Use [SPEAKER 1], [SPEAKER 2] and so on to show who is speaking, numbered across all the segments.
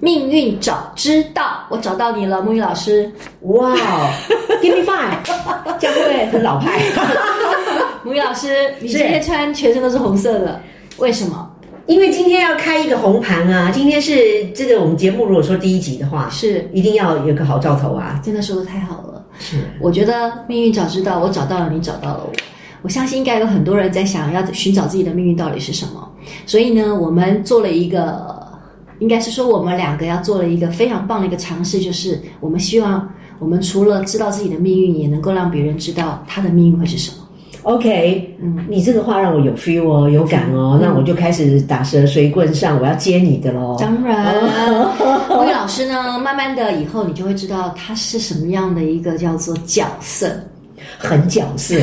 [SPEAKER 1] 命运早知道，我找到你了，木鱼老师。
[SPEAKER 2] 哇、g i v e me five，这样会不会很老派？
[SPEAKER 1] 木鱼老师，你
[SPEAKER 2] 是
[SPEAKER 1] 今天穿全身都是红色的，为什么？
[SPEAKER 2] 因为今天要开一个红盘啊，今天是这个我们节目如果说第一集的话，
[SPEAKER 1] 是
[SPEAKER 2] 一定要有个好兆头啊。
[SPEAKER 1] 真的说的太好了。
[SPEAKER 2] 是，
[SPEAKER 1] 我觉得命运早知道，我找到了你，找到了我。我相信应该有很多人在想要寻找自己的命运到底是什么。所以呢，我们做了一个，应该是说我们两个要做了一个非常棒的一个尝试，就是我们希望我们除了知道自己的命运，也能够让别人知道他的命运会是什么。
[SPEAKER 2] OK，嗯，你这个话让我有 feel 哦，有感哦，那我就开始打蛇随棍上，我要接你的喽。
[SPEAKER 1] 当然， 吴宇老师呢，慢慢的以后你就会知道他是什么样的一个叫做角色，
[SPEAKER 2] 很角色，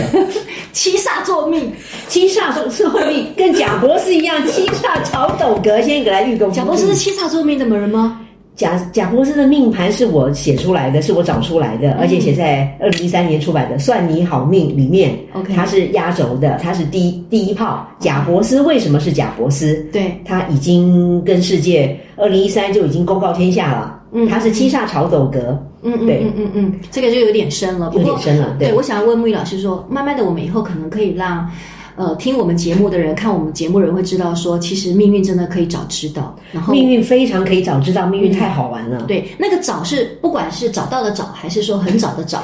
[SPEAKER 1] 七煞作命。
[SPEAKER 2] 七煞是后面跟贾博士一样，七煞朝斗格，先给他预告。
[SPEAKER 1] 贾博士是七煞作命的人吗？
[SPEAKER 2] 贾贾博士的命盘是我写出来的，是我找出来的，而且写
[SPEAKER 1] 嗯
[SPEAKER 2] 在二零一三年出版的《算你好命》里面。
[SPEAKER 1] OK
[SPEAKER 2] 他是压轴的，他是第一第一炮。贾博士为什么是贾博士？
[SPEAKER 1] 对，
[SPEAKER 2] 他已经跟世界二零一三就已经公告天下了。
[SPEAKER 1] 嗯
[SPEAKER 2] 他是七煞朝斗格。
[SPEAKER 1] 嗯嗯
[SPEAKER 2] 对
[SPEAKER 1] 嗯嗯嗯，这个就有点深了。不
[SPEAKER 2] 有
[SPEAKER 1] 过
[SPEAKER 2] 点深了对
[SPEAKER 1] 我想要问木易老师说，慢慢的，我们以后可能可以让。呃，听我们节目的人，看我们节目的人会知道说，其实命运真的可以早知道。然后，嗯
[SPEAKER 2] 命运非常可以早知道，命运太好玩了。
[SPEAKER 1] 对那个早是不管是早到的早，还是说很早的早，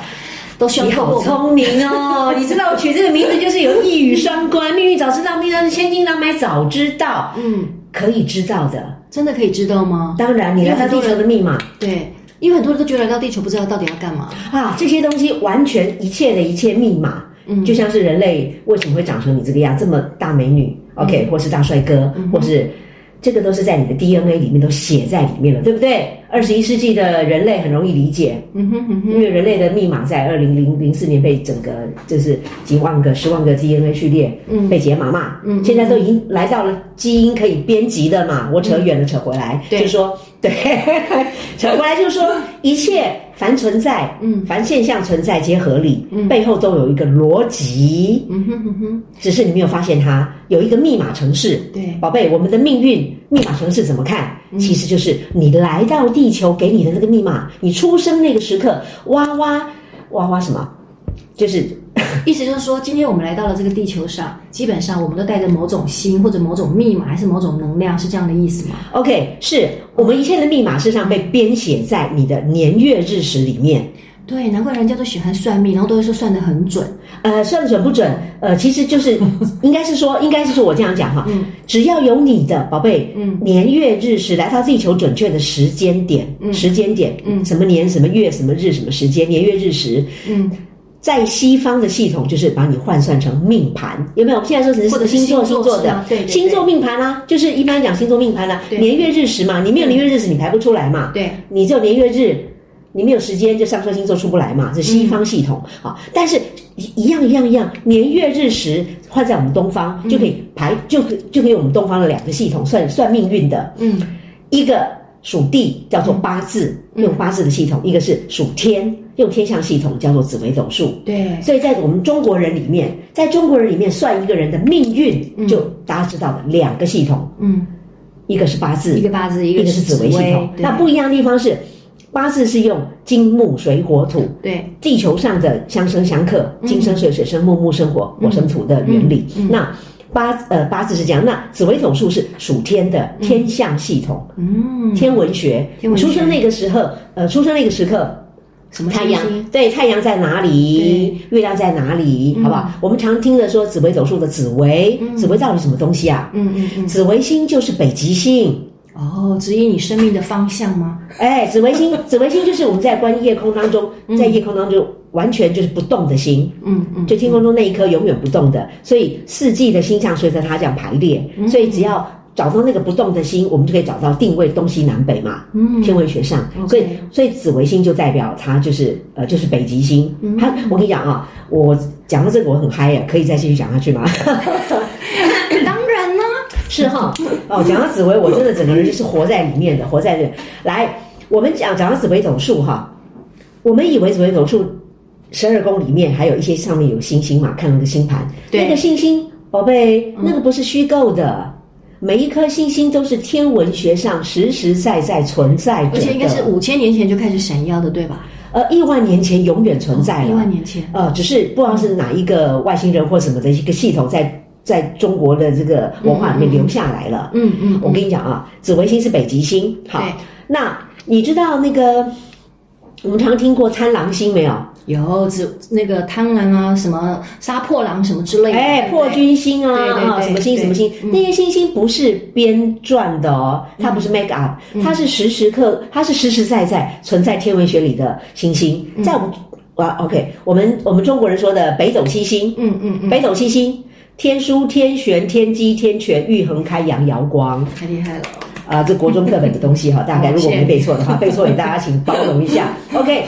[SPEAKER 1] 都需要
[SPEAKER 2] 你
[SPEAKER 1] 透过我
[SPEAKER 2] 好
[SPEAKER 1] 们
[SPEAKER 2] 聪明哦！你知道我取这个名字就是有一语双关，命运早知道，命运千金难买早知道，
[SPEAKER 1] 嗯，
[SPEAKER 2] 可以知道的。
[SPEAKER 1] 真的可以知道吗？
[SPEAKER 2] 当然，你来到地球的密码
[SPEAKER 1] 对，因为很多人都觉得来到地球不知道到底要干嘛。
[SPEAKER 2] 啊，这些东西完全一切的一切密码，
[SPEAKER 1] 嗯
[SPEAKER 2] 就像是人类为什么会长成你这个样，这么大美女，OK，、或是大帅哥，或是这个都是在你的 DNA 里面都写在里面了，对不对？二十一世纪的人类很容易理解，
[SPEAKER 1] 嗯哼嗯
[SPEAKER 2] 因为人类的密码在二零零零四年被整个就是几万个、十万个 DNA 序列
[SPEAKER 1] 嗯
[SPEAKER 2] 被解码嘛，
[SPEAKER 1] 嗯
[SPEAKER 2] 现在都已经来到了基因可以编辑的嘛。我扯远了，扯回来，
[SPEAKER 1] 对
[SPEAKER 2] 就说 对，扯回来就是说一切凡存在，
[SPEAKER 1] 嗯
[SPEAKER 2] 凡现象存在皆合理，背后都有一个逻辑，
[SPEAKER 1] 嗯哼嗯哼，
[SPEAKER 2] 只是你没有发现它有一个密码程式。
[SPEAKER 1] 对，
[SPEAKER 2] 宝贝，我们的命运密码程式怎么看？
[SPEAKER 1] 嗯
[SPEAKER 2] 其实就是你来到地球给你的那个密码，你出生那个时刻，哇哇哇哇什么？就是
[SPEAKER 1] 意思就是说，今天我们来到了这个地球上，基本上我们都带着某种心或者某种密码，还是某种能量，是这样的意思吗？
[SPEAKER 2] OK，是我们一切的密码，事实上被编写在你的年月日时里面。
[SPEAKER 1] 对，难怪人家都喜欢算命，然后都会说算得很准。
[SPEAKER 2] 呃，算准不准？呃，其实就是 应该是说，应该是说我这样讲哈，
[SPEAKER 1] 嗯
[SPEAKER 2] 只要有你的宝贝，
[SPEAKER 1] 嗯
[SPEAKER 2] 年月日时来到地球准确的时间点，时间点，
[SPEAKER 1] 嗯
[SPEAKER 2] 什么年什么月什么日什么时间，年月日时，
[SPEAKER 1] 嗯，
[SPEAKER 2] 在西方的系统就是把你换算成命盘，有没有？我们现在说只
[SPEAKER 1] 或者
[SPEAKER 2] 是
[SPEAKER 1] 是
[SPEAKER 2] 星座
[SPEAKER 1] 星座
[SPEAKER 2] 座
[SPEAKER 1] 是
[SPEAKER 2] 的
[SPEAKER 1] 吗，对对对
[SPEAKER 2] 星座命盘啊，就是一般讲星座命盘啊，
[SPEAKER 1] 对
[SPEAKER 2] 年月日时嘛，你没有年月日时你排不出来嘛，
[SPEAKER 1] 对，
[SPEAKER 2] 你只有年月日，你没有时间就上升星座出不来
[SPEAKER 1] 嗯
[SPEAKER 2] 嘛，是西方系统啊。但是一一样一样一样，年月日时换在我们东方就可以排，就可就可以我们东方的两个系统算算命运的，
[SPEAKER 1] 嗯
[SPEAKER 2] 一个属地叫做八字，用八字的系统；一个是属天，用天象系统叫做紫微斗数。
[SPEAKER 1] 对，
[SPEAKER 2] 所以在我们中国人里面，在中国人里面算一个人的命运，就大家知道的两个系统，
[SPEAKER 1] 嗯，
[SPEAKER 2] 一个是八字，
[SPEAKER 1] 一个八字，
[SPEAKER 2] 一个
[SPEAKER 1] 个
[SPEAKER 2] 是紫微
[SPEAKER 1] 微
[SPEAKER 2] 系统。
[SPEAKER 1] 对
[SPEAKER 2] 那不一样的地方是，八字是用金木水火土，
[SPEAKER 1] 对，
[SPEAKER 2] 地球上的相生相克，
[SPEAKER 1] 嗯
[SPEAKER 2] 金生水，水生木，木生火，火生土的原理。那八呃八字是这样，那紫微斗数是属天的天象系统，
[SPEAKER 1] 嗯，
[SPEAKER 2] 天文学。
[SPEAKER 1] 天文学
[SPEAKER 2] 出生那个时候，呃，出生那个时刻，
[SPEAKER 1] 什么
[SPEAKER 2] 太
[SPEAKER 1] 星
[SPEAKER 2] 阳
[SPEAKER 1] 星？嗯
[SPEAKER 2] 对太阳在哪里？月亮在哪里？好不好？我们常听的说紫微斗数的紫微，紫微到底什么东西啊？
[SPEAKER 1] 嗯嗯嗯，
[SPEAKER 2] 紫微星就是北极星。
[SPEAKER 1] 哦，指引你生命的方向吗？
[SPEAKER 2] 哎，紫微星， 紫微星就是我们在观夜空当中，在夜空当中完全就是不动的星，
[SPEAKER 1] 嗯 嗯，
[SPEAKER 2] 就天空中那一颗永远不动的，所以四季的星象随着它这样排列，
[SPEAKER 1] 嗯
[SPEAKER 2] 所以只要找到那个不动的星，我们就可以找到定位东西南北嘛。
[SPEAKER 1] 嗯
[SPEAKER 2] 天文学上，
[SPEAKER 1] OK
[SPEAKER 2] 所以所以紫微星就代表它就是呃就是北极星。
[SPEAKER 1] 嗯
[SPEAKER 2] 它我跟你讲啊，我讲到这个我很嗨呀、啊可以再继续讲下去吗？
[SPEAKER 1] 当然呢，
[SPEAKER 2] 是哈，哦，讲到紫薇，我真的整个人就是活在里面的，活在这。来，我们讲讲到紫薇斗数哈，我们以为紫薇斗数十二宫里面还有一些上面有星星嘛，看那个星盘，
[SPEAKER 1] 对嗯
[SPEAKER 2] 那个星星，宝贝，那个不是虚构的。每一颗星星都是天文学上实实在在存在
[SPEAKER 1] 而
[SPEAKER 2] 着
[SPEAKER 1] 且应该是
[SPEAKER 2] 的，
[SPEAKER 1] 五千年前就开始闪耀的，对吧？
[SPEAKER 2] 呃，亿万年前永远存在
[SPEAKER 1] 一
[SPEAKER 2] 了
[SPEAKER 1] 哦万。年前，
[SPEAKER 2] 呃，只是不知道是哪一个外星人或什么的一个系统在在中国的这个文化里面留下来了。
[SPEAKER 1] 嗯嗯，
[SPEAKER 2] 我跟你讲啊，紫微星是北极星。好
[SPEAKER 1] 对，
[SPEAKER 2] 那你知道那个我们常听过贪狼星没有？
[SPEAKER 1] 有紫那个贪婪啊，什么杀破狼什么之类的，
[SPEAKER 2] 哎，
[SPEAKER 1] 对不
[SPEAKER 2] 破
[SPEAKER 1] 对
[SPEAKER 2] 军星啊
[SPEAKER 1] 对对
[SPEAKER 2] 啊，
[SPEAKER 1] 对
[SPEAKER 2] 什么星
[SPEAKER 1] 对嗯
[SPEAKER 2] 什么星，那些星星不是编撰的哦，它不是 make up，它
[SPEAKER 1] 嗯
[SPEAKER 2] 是时时刻，它是实实在在存在天文学里的星星，
[SPEAKER 1] 嗯
[SPEAKER 2] 在我们哇，OK，我们我们中国人说的北斗七星，
[SPEAKER 1] 嗯嗯嗯，
[SPEAKER 2] 北斗七星。天枢、天璇、天机、天权、玉衡、开阳、瑶光，
[SPEAKER 1] 太厉害了，
[SPEAKER 2] 啊、这国中课本的东西哈，大概如果没背错的话，背错也大家请包容一下。OK，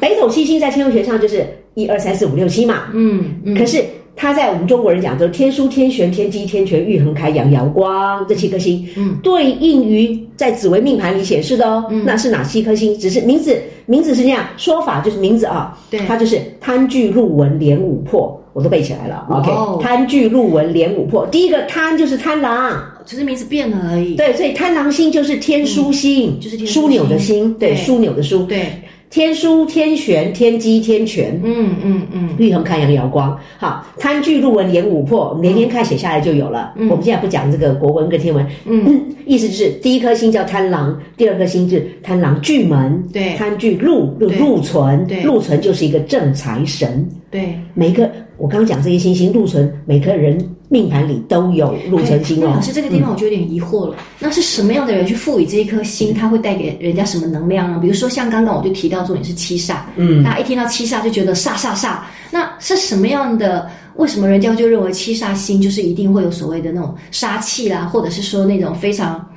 [SPEAKER 2] 北斗七星在天文学上就是一二三四五六七嘛，
[SPEAKER 1] 嗯嗯，
[SPEAKER 2] 可是它在我们中国人讲，就是天枢、天璇、天机、天权、玉衡、开阳、瑶光这七颗星，
[SPEAKER 1] 嗯，
[SPEAKER 2] 对应于在紫微命盘里显示的哦，那是哪七颗星？只是名字，名字是这样说法，就是名字啊，
[SPEAKER 1] 对
[SPEAKER 2] 它就是贪巨禄文连五破，我都背起来了。
[SPEAKER 1] 哇哦
[SPEAKER 2] OK，贪巨禄文连五破，第一个贪就是贪狼，
[SPEAKER 1] 只是名字变了而已，
[SPEAKER 2] 对，所以贪狼星就是天枢星，
[SPEAKER 1] 嗯就是天枢
[SPEAKER 2] 枢纽的
[SPEAKER 1] 星
[SPEAKER 2] 星，对，
[SPEAKER 1] 对
[SPEAKER 2] 枢纽的枢，
[SPEAKER 1] 对，
[SPEAKER 2] 天枢、天璇、天机、天权。
[SPEAKER 1] 嗯嗯嗯，
[SPEAKER 2] 玉衡开阳瑶光，好，贪巨入文连五破，我们连连看写下来就有了。
[SPEAKER 1] 嗯
[SPEAKER 2] 我们现在不讲这个国文跟天文，嗯， 意思就是第一颗星叫贪狼，第二颗星是贪狼巨门，
[SPEAKER 1] 对
[SPEAKER 2] 贪巨禄禄
[SPEAKER 1] 对
[SPEAKER 2] 禄存
[SPEAKER 1] 对，
[SPEAKER 2] 禄存就是一个正财神。
[SPEAKER 1] 对，
[SPEAKER 2] 每一个我刚刚讲这些星星禄存，每个人命盘里都有禄存星
[SPEAKER 1] 哎
[SPEAKER 2] 哦
[SPEAKER 1] 那老。师，这个地方我就有点疑惑了，那是什么样的人去赋予这一颗
[SPEAKER 2] 嗯
[SPEAKER 1] 星，它会带给人家什么能量呢？比如说像刚刚我就提到说你是七煞，嗯，大家一听到七煞就觉得煞煞煞，那是什么样的？为什么人家就认为七煞星就是一定会有所谓的那种杀气啦，或者是说那种非常。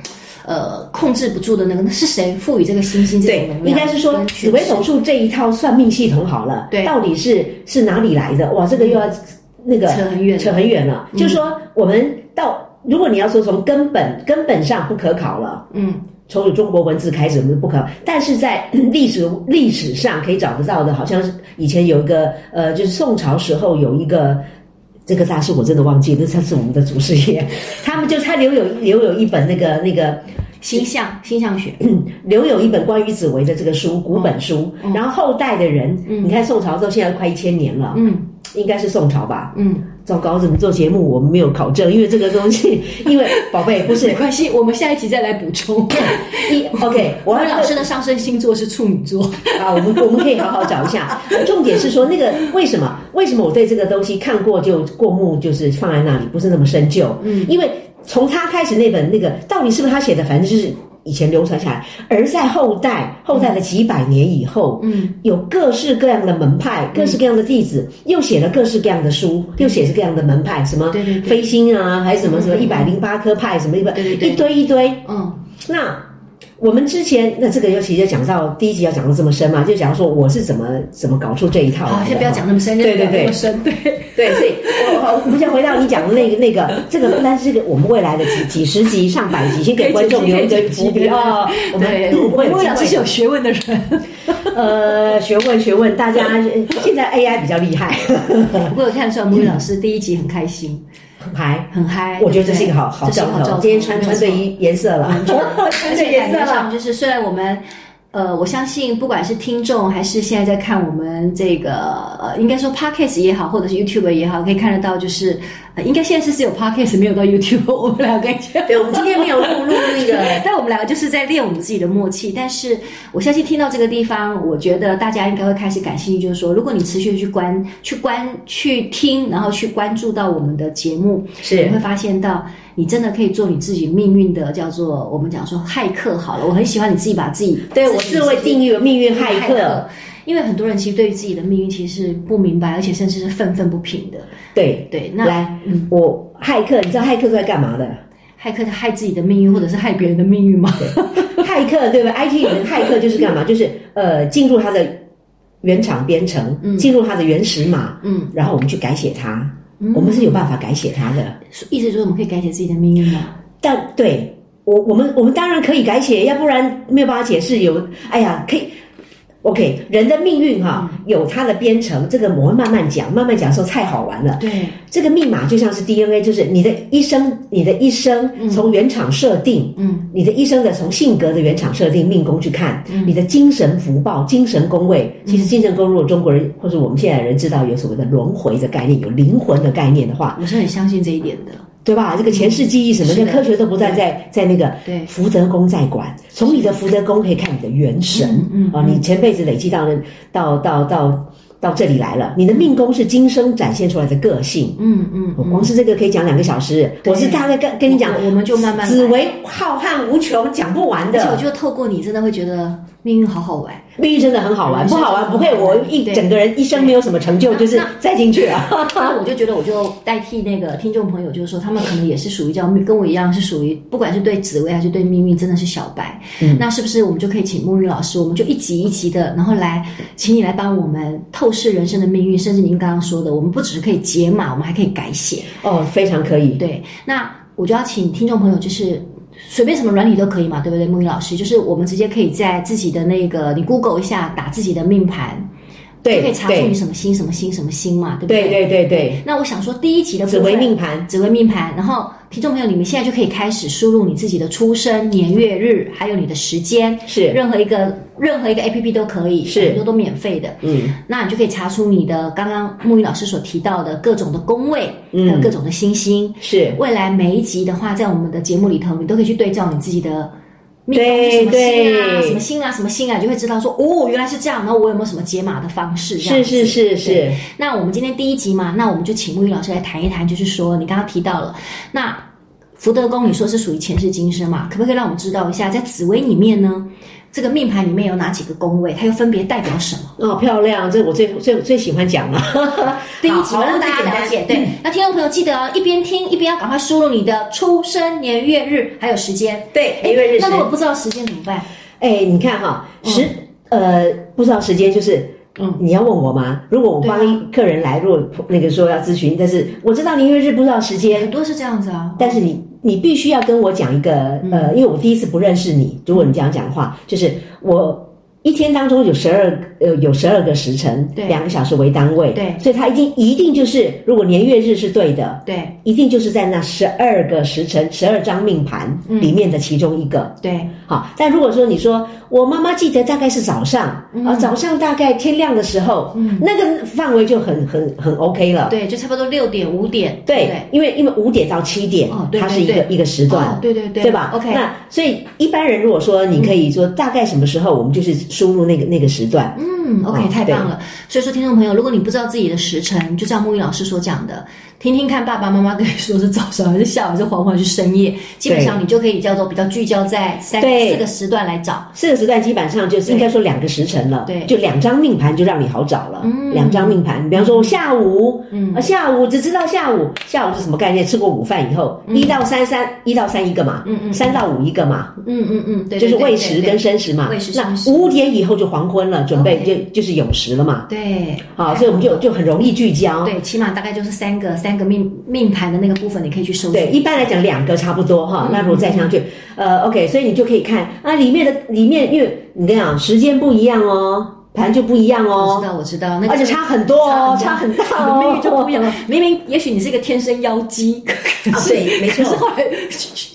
[SPEAKER 1] 呃，控制不住的那个，那是谁赋予这个星星这种能
[SPEAKER 2] 应
[SPEAKER 1] 量？
[SPEAKER 2] 该是说
[SPEAKER 1] 跟
[SPEAKER 2] 紫微斗数这一套算命系统好了，
[SPEAKER 1] 对嗯
[SPEAKER 2] 到底是是哪里来的？哇，这个又要那个
[SPEAKER 1] 扯很远了嗯
[SPEAKER 2] 扯很远了。就说我们到，如果你要说从根本根本上不可考了，
[SPEAKER 1] 嗯，
[SPEAKER 2] 从中国文字开始我们不可考，但是在 历史历史上可以找得到的，好像是以前有一个呃，就是宋朝时候有一个。这个大师我真的忘记了，那他是我们的祖师爷， 他们就他留有留有一本那个那个
[SPEAKER 1] 星象星象学，
[SPEAKER 2] 嗯留有一本关于紫薇的这个书，古
[SPEAKER 1] 嗯
[SPEAKER 2] 本书，然后后代的人，你看宋朝之后，现在快一千年了，
[SPEAKER 1] 嗯
[SPEAKER 2] 应该是宋朝吧？
[SPEAKER 1] 嗯，
[SPEAKER 2] 糟糕，怎么做节目我们没有考证，因为这个东西，因为宝贝不是
[SPEAKER 1] 没关系，我们下一集再来补充。
[SPEAKER 2] 一 OK，
[SPEAKER 1] 我
[SPEAKER 2] 我
[SPEAKER 1] 们
[SPEAKER 2] 要
[SPEAKER 1] 老师的上升星座是处女 座，
[SPEAKER 2] 啊，我们我们可以好好找一下。重点是说那个为什么？为什么我对这个东西看过就过目，就是放在那里，不是那么深究？嗯，因为从他开始那本那个到底是不是他写的，反正就是。以前流传下来，而在后代后代的几百年以后，嗯，有各式各样的门派，各式各样的弟子，又写了各式各样的书，又写了各样的门派，什么
[SPEAKER 1] 对对对
[SPEAKER 2] 飞星啊，还是什么什么一百零八颗派，什么一百
[SPEAKER 1] 对对对
[SPEAKER 2] 一堆一堆，
[SPEAKER 1] 嗯，
[SPEAKER 2] 那我们之前那这个尤其就讲到第一集要讲到这么深嘛，就讲说我是怎么怎么搞出这一套来的
[SPEAKER 1] 好，
[SPEAKER 2] 哈。
[SPEAKER 1] 先不要讲那么深，
[SPEAKER 2] 对
[SPEAKER 1] 先不要
[SPEAKER 2] 对
[SPEAKER 1] 那么
[SPEAKER 2] 对
[SPEAKER 1] 深，啊对，
[SPEAKER 2] 对，所以我我我们先回到你讲的 那个那个这个，但是这个我们未来的几几十集、上百集，先给观众留一个 伏笔哦。我们
[SPEAKER 1] 对，
[SPEAKER 2] 我
[SPEAKER 1] 我
[SPEAKER 2] 们
[SPEAKER 1] 们
[SPEAKER 2] 有
[SPEAKER 1] 老师
[SPEAKER 2] 机
[SPEAKER 1] 是
[SPEAKER 2] 会
[SPEAKER 1] 有学问的人。
[SPEAKER 2] 呃学问学问，大家呃现在 AI 比较厉害，
[SPEAKER 1] 我有看出来，木鱼老师第一集很开心，
[SPEAKER 2] 很嗨。
[SPEAKER 1] 很嗨，
[SPEAKER 2] 我觉得这是一个
[SPEAKER 1] 对
[SPEAKER 2] 好好
[SPEAKER 1] 这是
[SPEAKER 2] 兆
[SPEAKER 1] 一个兆
[SPEAKER 2] 头。
[SPEAKER 1] 头
[SPEAKER 2] 今天穿穿对
[SPEAKER 1] 没有错
[SPEAKER 2] 衣颜色了，
[SPEAKER 1] 而
[SPEAKER 2] 穿对
[SPEAKER 1] 且感
[SPEAKER 2] 颜色
[SPEAKER 1] 觉
[SPEAKER 2] 了
[SPEAKER 1] 上。就是，虽然我们。呃，我相信不管是听众还是现在在看我们这个，呃，应该说 podcast 也好，或者是 YouTube 也好，可以看得到，就是、呃、应该现在是只有 podcast 没有到 YouTube，我 们两个已经
[SPEAKER 2] 对，我们今天没有录录那个
[SPEAKER 1] 但我们两个就是在练我们自己的默契。但是我相信听到这个地方，我觉得大家应该会开始感兴趣，就是说，如果你持续地去关、去关、去听，然后去关注到我们的节目，
[SPEAKER 2] 是
[SPEAKER 1] 你会发现到，你真的可以做你自己命运的叫做我们讲说骇客好了。我很喜欢你自己把自己
[SPEAKER 2] 对我是
[SPEAKER 1] 自
[SPEAKER 2] 会定义为命运
[SPEAKER 1] 骇
[SPEAKER 2] 骇客。。
[SPEAKER 1] 因为很多人其实对于自己的命运其实是不明白，而且甚至是愤愤不平的。
[SPEAKER 2] 对，
[SPEAKER 1] 对，那嗯
[SPEAKER 2] 来，我骇客，你知道骇客都在干嘛的？
[SPEAKER 1] 骇客害自己的命运，或者是害别人的命运吗？
[SPEAKER 2] 骇客对吧？IT 里面的骇客就是干嘛？就是呃，进入它的原厂编程，进入它的原始码，
[SPEAKER 1] 嗯，
[SPEAKER 2] 然后我们去改写它。我们是有办法改写它的，
[SPEAKER 1] 意思就是我们可以改写自己的命运吗？
[SPEAKER 2] 但对我我们我们当然可以改写，要不然没有办法解释有。哎呀，可以。 OK，人的命运哈、
[SPEAKER 1] 嗯
[SPEAKER 2] 有它的编程，这个我会慢慢讲，慢慢讲说太好玩了。
[SPEAKER 1] 对，
[SPEAKER 2] 这个密码就像是 DNA，就是你的一生，你的一生从原厂设定，
[SPEAKER 1] 嗯，
[SPEAKER 2] 你的一生的从性格的原厂设定命宫去看，你的精神福报、精神宫位，
[SPEAKER 1] 嗯
[SPEAKER 2] 其实精神宫如果中国人或者我们现在人知道有所谓的轮回的概念，有灵魂的概念的话，
[SPEAKER 1] 我是很相信这一点的。
[SPEAKER 2] 对吧？这个前世记忆什么
[SPEAKER 1] 是
[SPEAKER 2] 的，
[SPEAKER 1] 的
[SPEAKER 2] 科学都不在在在那个
[SPEAKER 1] 对
[SPEAKER 2] 福德宫在管，从你的福德宫可以看你的元神
[SPEAKER 1] 嗯嗯
[SPEAKER 2] 啊，你前辈子累积到的到到到到这里来了，你的命宫是今生展现出来的个性。
[SPEAKER 1] 嗯嗯
[SPEAKER 2] 我光是这个可以讲两个小时，
[SPEAKER 1] 对
[SPEAKER 2] 我是大概跟跟你讲，
[SPEAKER 1] 我我们就慢慢来
[SPEAKER 2] 紫薇浩瀚无穷，讲不完
[SPEAKER 1] 而且我
[SPEAKER 2] 的
[SPEAKER 1] 觉。得透过你，真的会觉得命运好好 玩。
[SPEAKER 2] 命运真的很好玩，
[SPEAKER 1] 人
[SPEAKER 2] 不
[SPEAKER 1] 生
[SPEAKER 2] 好玩
[SPEAKER 1] 真的
[SPEAKER 2] 不会，
[SPEAKER 1] 很好
[SPEAKER 2] 我
[SPEAKER 1] 玩
[SPEAKER 2] 一
[SPEAKER 1] 对
[SPEAKER 2] 整个人一生没有什么成就，
[SPEAKER 1] 那
[SPEAKER 2] 就是
[SPEAKER 1] 那
[SPEAKER 2] 栽进去啊。
[SPEAKER 1] 那我就觉得，我就代替那个听众朋友，就是说，他们可能也是属于叫跟我一样，是属于不管是对紫薇还是对命运，真的是小白。
[SPEAKER 2] 嗯
[SPEAKER 1] 那是不是我们就可以请木鱼老师，我们就一集一集的，然后来，请你来帮我们透视人生的命运，甚至您刚刚说的，我们不只是可以解码，我们还可以改写。
[SPEAKER 2] 哦，非常可以。
[SPEAKER 1] 对，那我就要请听众朋友，就是随便什么软体都可以嘛，对不对？木鱼老师，就是我们直接可以在自己的那个，你 Google 一下，打自己的命盘，
[SPEAKER 2] 对
[SPEAKER 1] 就可以查出你什么星、什么星、什么星嘛，对不
[SPEAKER 2] 对对对对，
[SPEAKER 1] 那我想说，第一集的部
[SPEAKER 2] 紫
[SPEAKER 1] 分
[SPEAKER 2] 薇命盘，
[SPEAKER 1] 紫微命盘，然后听众朋友，你们现在就可以开始输入你自己的出生年月日，还有你的时间，
[SPEAKER 2] 是
[SPEAKER 1] 任何一个任何一个 A P P 都可以，
[SPEAKER 2] 是
[SPEAKER 1] 很多都免费的。
[SPEAKER 2] 嗯，
[SPEAKER 1] 那你就可以查出你的刚刚木鱼老师所提到的各种的宫位，
[SPEAKER 2] 嗯
[SPEAKER 1] 还有各种的星星。
[SPEAKER 2] 是。
[SPEAKER 1] 未来每一集的话，在我们的节目里头，你都可以去对照你自己的命宫
[SPEAKER 2] 对
[SPEAKER 1] 是什
[SPEAKER 2] 对
[SPEAKER 1] 么星啊，什么星啊，什么星啊，你就会知道说，哦，原来是这样。然后我有没有什么解码的方式？这样
[SPEAKER 2] 是
[SPEAKER 1] 子
[SPEAKER 2] 是是是
[SPEAKER 1] 对，那我们今天第一集嘛，那我们就请木鱼老师来谈一谈，就是说你刚刚提到了，那福德宫你说是属于前世今生嘛，可不可以让我们知道一下，在紫薇里面呢，这个命盘里面有哪几个宫位，它又分别代表什么？
[SPEAKER 2] 哦，漂亮，这我最最最喜欢讲了。
[SPEAKER 1] 第一集
[SPEAKER 2] 好
[SPEAKER 1] 嘛让大家了解，对。那听众朋友记得哦，一边听一边要赶快输入你的出生年月日还有时间。
[SPEAKER 2] 对，因为
[SPEAKER 1] 哎
[SPEAKER 2] 日
[SPEAKER 1] 那
[SPEAKER 2] 时
[SPEAKER 1] 如，果不知道时间怎么办？
[SPEAKER 2] 哎，你看哈，时呃不知道时间就是。
[SPEAKER 1] 嗯
[SPEAKER 2] 嗯，你要问我吗？如果我
[SPEAKER 1] 对啊
[SPEAKER 2] 帮客人来，如果那个说要咨询，但是我知道您因为是不知道时间
[SPEAKER 1] 很，多是这样子啊。
[SPEAKER 2] 但是你你必须要跟我讲一个
[SPEAKER 1] 嗯
[SPEAKER 2] 呃，因为我第一次不认识你，如果你这样讲的话，就是我一天当中有十二呃有十二个时辰，
[SPEAKER 1] 对
[SPEAKER 2] 两个小时为单位，
[SPEAKER 1] 对
[SPEAKER 2] 所以它一定一定就是如果年月日是对的，
[SPEAKER 1] 对
[SPEAKER 2] 一定就是在那十二个时辰、十二张命盘
[SPEAKER 1] 嗯
[SPEAKER 2] 里面的其中一个。
[SPEAKER 1] 对，
[SPEAKER 2] 好，但如果说你说我妈妈记得大概是早上、
[SPEAKER 1] 嗯
[SPEAKER 2] 啊，早上大概天亮的时候，那个范围就很很很 OK 了。
[SPEAKER 1] 对，就差不多六点五点。
[SPEAKER 2] 对，
[SPEAKER 1] 不
[SPEAKER 2] 因为因为五点到七点，
[SPEAKER 1] 哦对
[SPEAKER 2] 它是一
[SPEAKER 1] 对
[SPEAKER 2] 个一个时段，
[SPEAKER 1] 哦对对对
[SPEAKER 2] 对吧
[SPEAKER 1] OK
[SPEAKER 2] 那所以一般人如果说你可以说大概什么时候，我们就是输入那个那个时段，
[SPEAKER 1] 嗯，OK，
[SPEAKER 2] 哦
[SPEAKER 1] 太棒了。所以说，听众朋友，如果你不知道自己的时辰，就像木鱼老师所讲的，听听看爸爸妈妈跟你说是早上还是下午，还是黄昏还是深夜，基本上你就可以叫做比较聚焦在三
[SPEAKER 2] 对
[SPEAKER 1] 四个时段来找。
[SPEAKER 2] 四个时段基本上就是应该说两个时辰了，
[SPEAKER 1] 对嗯
[SPEAKER 2] 就两张命盘就让你好找了。两张命盘，比方说我下午，嗯，下午只知道下午，下午是什么概念？吃过午饭以后，一到三三，一到三一个嘛，嗯嗯，三到五一个嘛，
[SPEAKER 1] 嗯嗯嗯，对，
[SPEAKER 2] 就是
[SPEAKER 1] 对对
[SPEAKER 2] 未时
[SPEAKER 1] 对
[SPEAKER 2] 跟申时嘛
[SPEAKER 1] 未时。申时
[SPEAKER 2] 那五点以后就黄昏了，准备
[SPEAKER 1] OK
[SPEAKER 2] 就就是酉时了嘛。
[SPEAKER 1] 对，
[SPEAKER 2] 啊，所以我们就就很容易聚焦。
[SPEAKER 1] 对，起码大概就是三个三个命命盘的那个部分，你可以去收
[SPEAKER 2] 对，
[SPEAKER 1] 集。
[SPEAKER 2] 一般来讲两个差不多
[SPEAKER 1] 嗯
[SPEAKER 2] 哈。那如果再上去，呃，OK，所以你就可以看啊，里面的里面，因为你跟你讲时间不一样哦，盘就不一样
[SPEAKER 1] 我
[SPEAKER 2] 哦
[SPEAKER 1] 知。道，我知道，那个
[SPEAKER 2] 而且差很多哦，差很大
[SPEAKER 1] 你的
[SPEAKER 2] 哦，
[SPEAKER 1] 命运就不一样。 明明也许你是一个天生妖 姬，可是
[SPEAKER 2] 对没错
[SPEAKER 1] 可是后来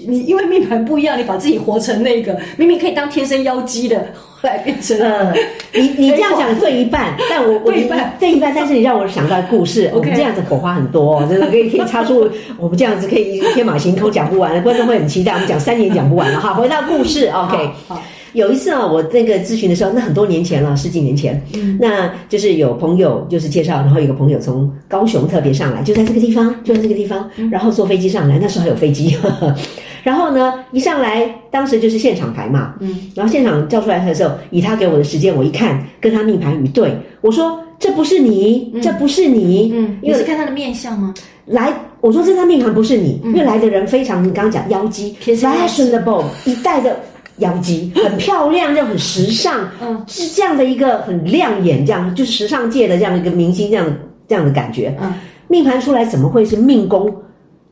[SPEAKER 1] 你因为命盘不一样，你把自己活成那个明明可以当天生妖姬的，后来变成
[SPEAKER 2] 呃，你你这样讲对一半，但我我
[SPEAKER 1] 对一半
[SPEAKER 2] 对一半，但是你让我想到故事，我们
[SPEAKER 1] OK
[SPEAKER 2] 这样子火花很多、哦，真的可以可以插出我们这样子可以天马行空讲不完，观众会很期待，我们讲三年讲不完了哈。回到故事，OK
[SPEAKER 1] 好好。
[SPEAKER 2] 有一次啊，我那个咨询的时候，那很多年前了，十几年前，那就是有朋友就是介绍，然后有个朋友从高雄特别上来，就在这个地方，就在这个地方，然后坐飞机上来，那时候还有飞机， 然后呢一上来，当时就是现场排嘛，嗯，然后现场叫出来的时候，以他给我的时间，我一看跟他命盘语对，我说这不是你，这不是你，
[SPEAKER 1] 嗯，
[SPEAKER 2] 因
[SPEAKER 1] 你
[SPEAKER 2] 为
[SPEAKER 1] 是看他的面相吗？
[SPEAKER 2] 来，我说这张命盘不是你，因为来的人非常，你刚刚讲妖姬
[SPEAKER 1] 天生妖姬
[SPEAKER 2] ，fashionable 一代的妖姬，很漂亮又很时尚，
[SPEAKER 1] 嗯
[SPEAKER 2] 是这样的一个很亮眼，这样就是时尚界的这样一个明星，这样这样的感觉。
[SPEAKER 1] 嗯，
[SPEAKER 2] 命盘出来怎么会是命宫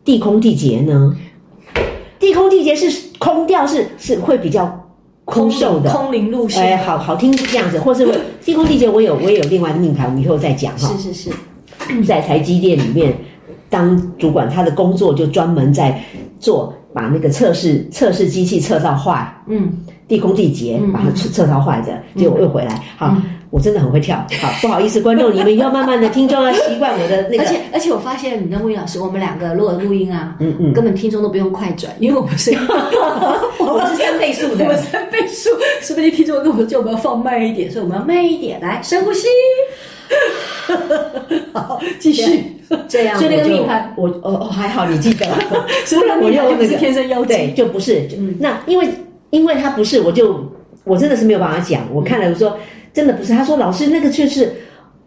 [SPEAKER 2] 地空地劫呢？地空地劫是空掉，是是会比较空瘦的，
[SPEAKER 1] 空灵路
[SPEAKER 2] 哎，
[SPEAKER 1] 线，
[SPEAKER 2] 好好听是这样子，或是天空地劫，我有我也有另外的命盘，我们以后再讲哈。
[SPEAKER 1] 是是是，
[SPEAKER 2] 在台积电里面当主管，他的工作就专门在做把那个测试测试机器测到坏，
[SPEAKER 1] 嗯，
[SPEAKER 2] 地空地劫
[SPEAKER 1] 嗯
[SPEAKER 2] 把它测测到坏的，结果又回来。好
[SPEAKER 1] 嗯，
[SPEAKER 2] 我真的很会跳。好，不好意思，观众，你们要慢慢的听众要习惯我的那
[SPEAKER 1] 而
[SPEAKER 2] 个。
[SPEAKER 1] 且而且我发现你跟魏老师，我们两个如果录音啊，
[SPEAKER 2] 嗯嗯，
[SPEAKER 1] 根本听众都不用快转，因为我们 是，
[SPEAKER 2] 我们是三倍速
[SPEAKER 1] 我们
[SPEAKER 2] 的。
[SPEAKER 1] 三倍速，说不定听众跟我们叫我们要放慢一点，所以我们要慢一点，来深 呼吸，好，继续，
[SPEAKER 2] 这样
[SPEAKER 1] 所以那个
[SPEAKER 2] 我就
[SPEAKER 1] 命盘，
[SPEAKER 2] 我哦哦还好你记得，
[SPEAKER 1] 所以那个
[SPEAKER 2] 我
[SPEAKER 1] 命
[SPEAKER 2] 又
[SPEAKER 1] 盘就不
[SPEAKER 2] 那
[SPEAKER 1] 是
[SPEAKER 2] 个
[SPEAKER 1] 天生妖
[SPEAKER 2] 对，
[SPEAKER 1] 精，
[SPEAKER 2] 就不是。那因为因为他不是，我就我真的是没有办法讲。我看了，我说真的不是。他说老师那个却是。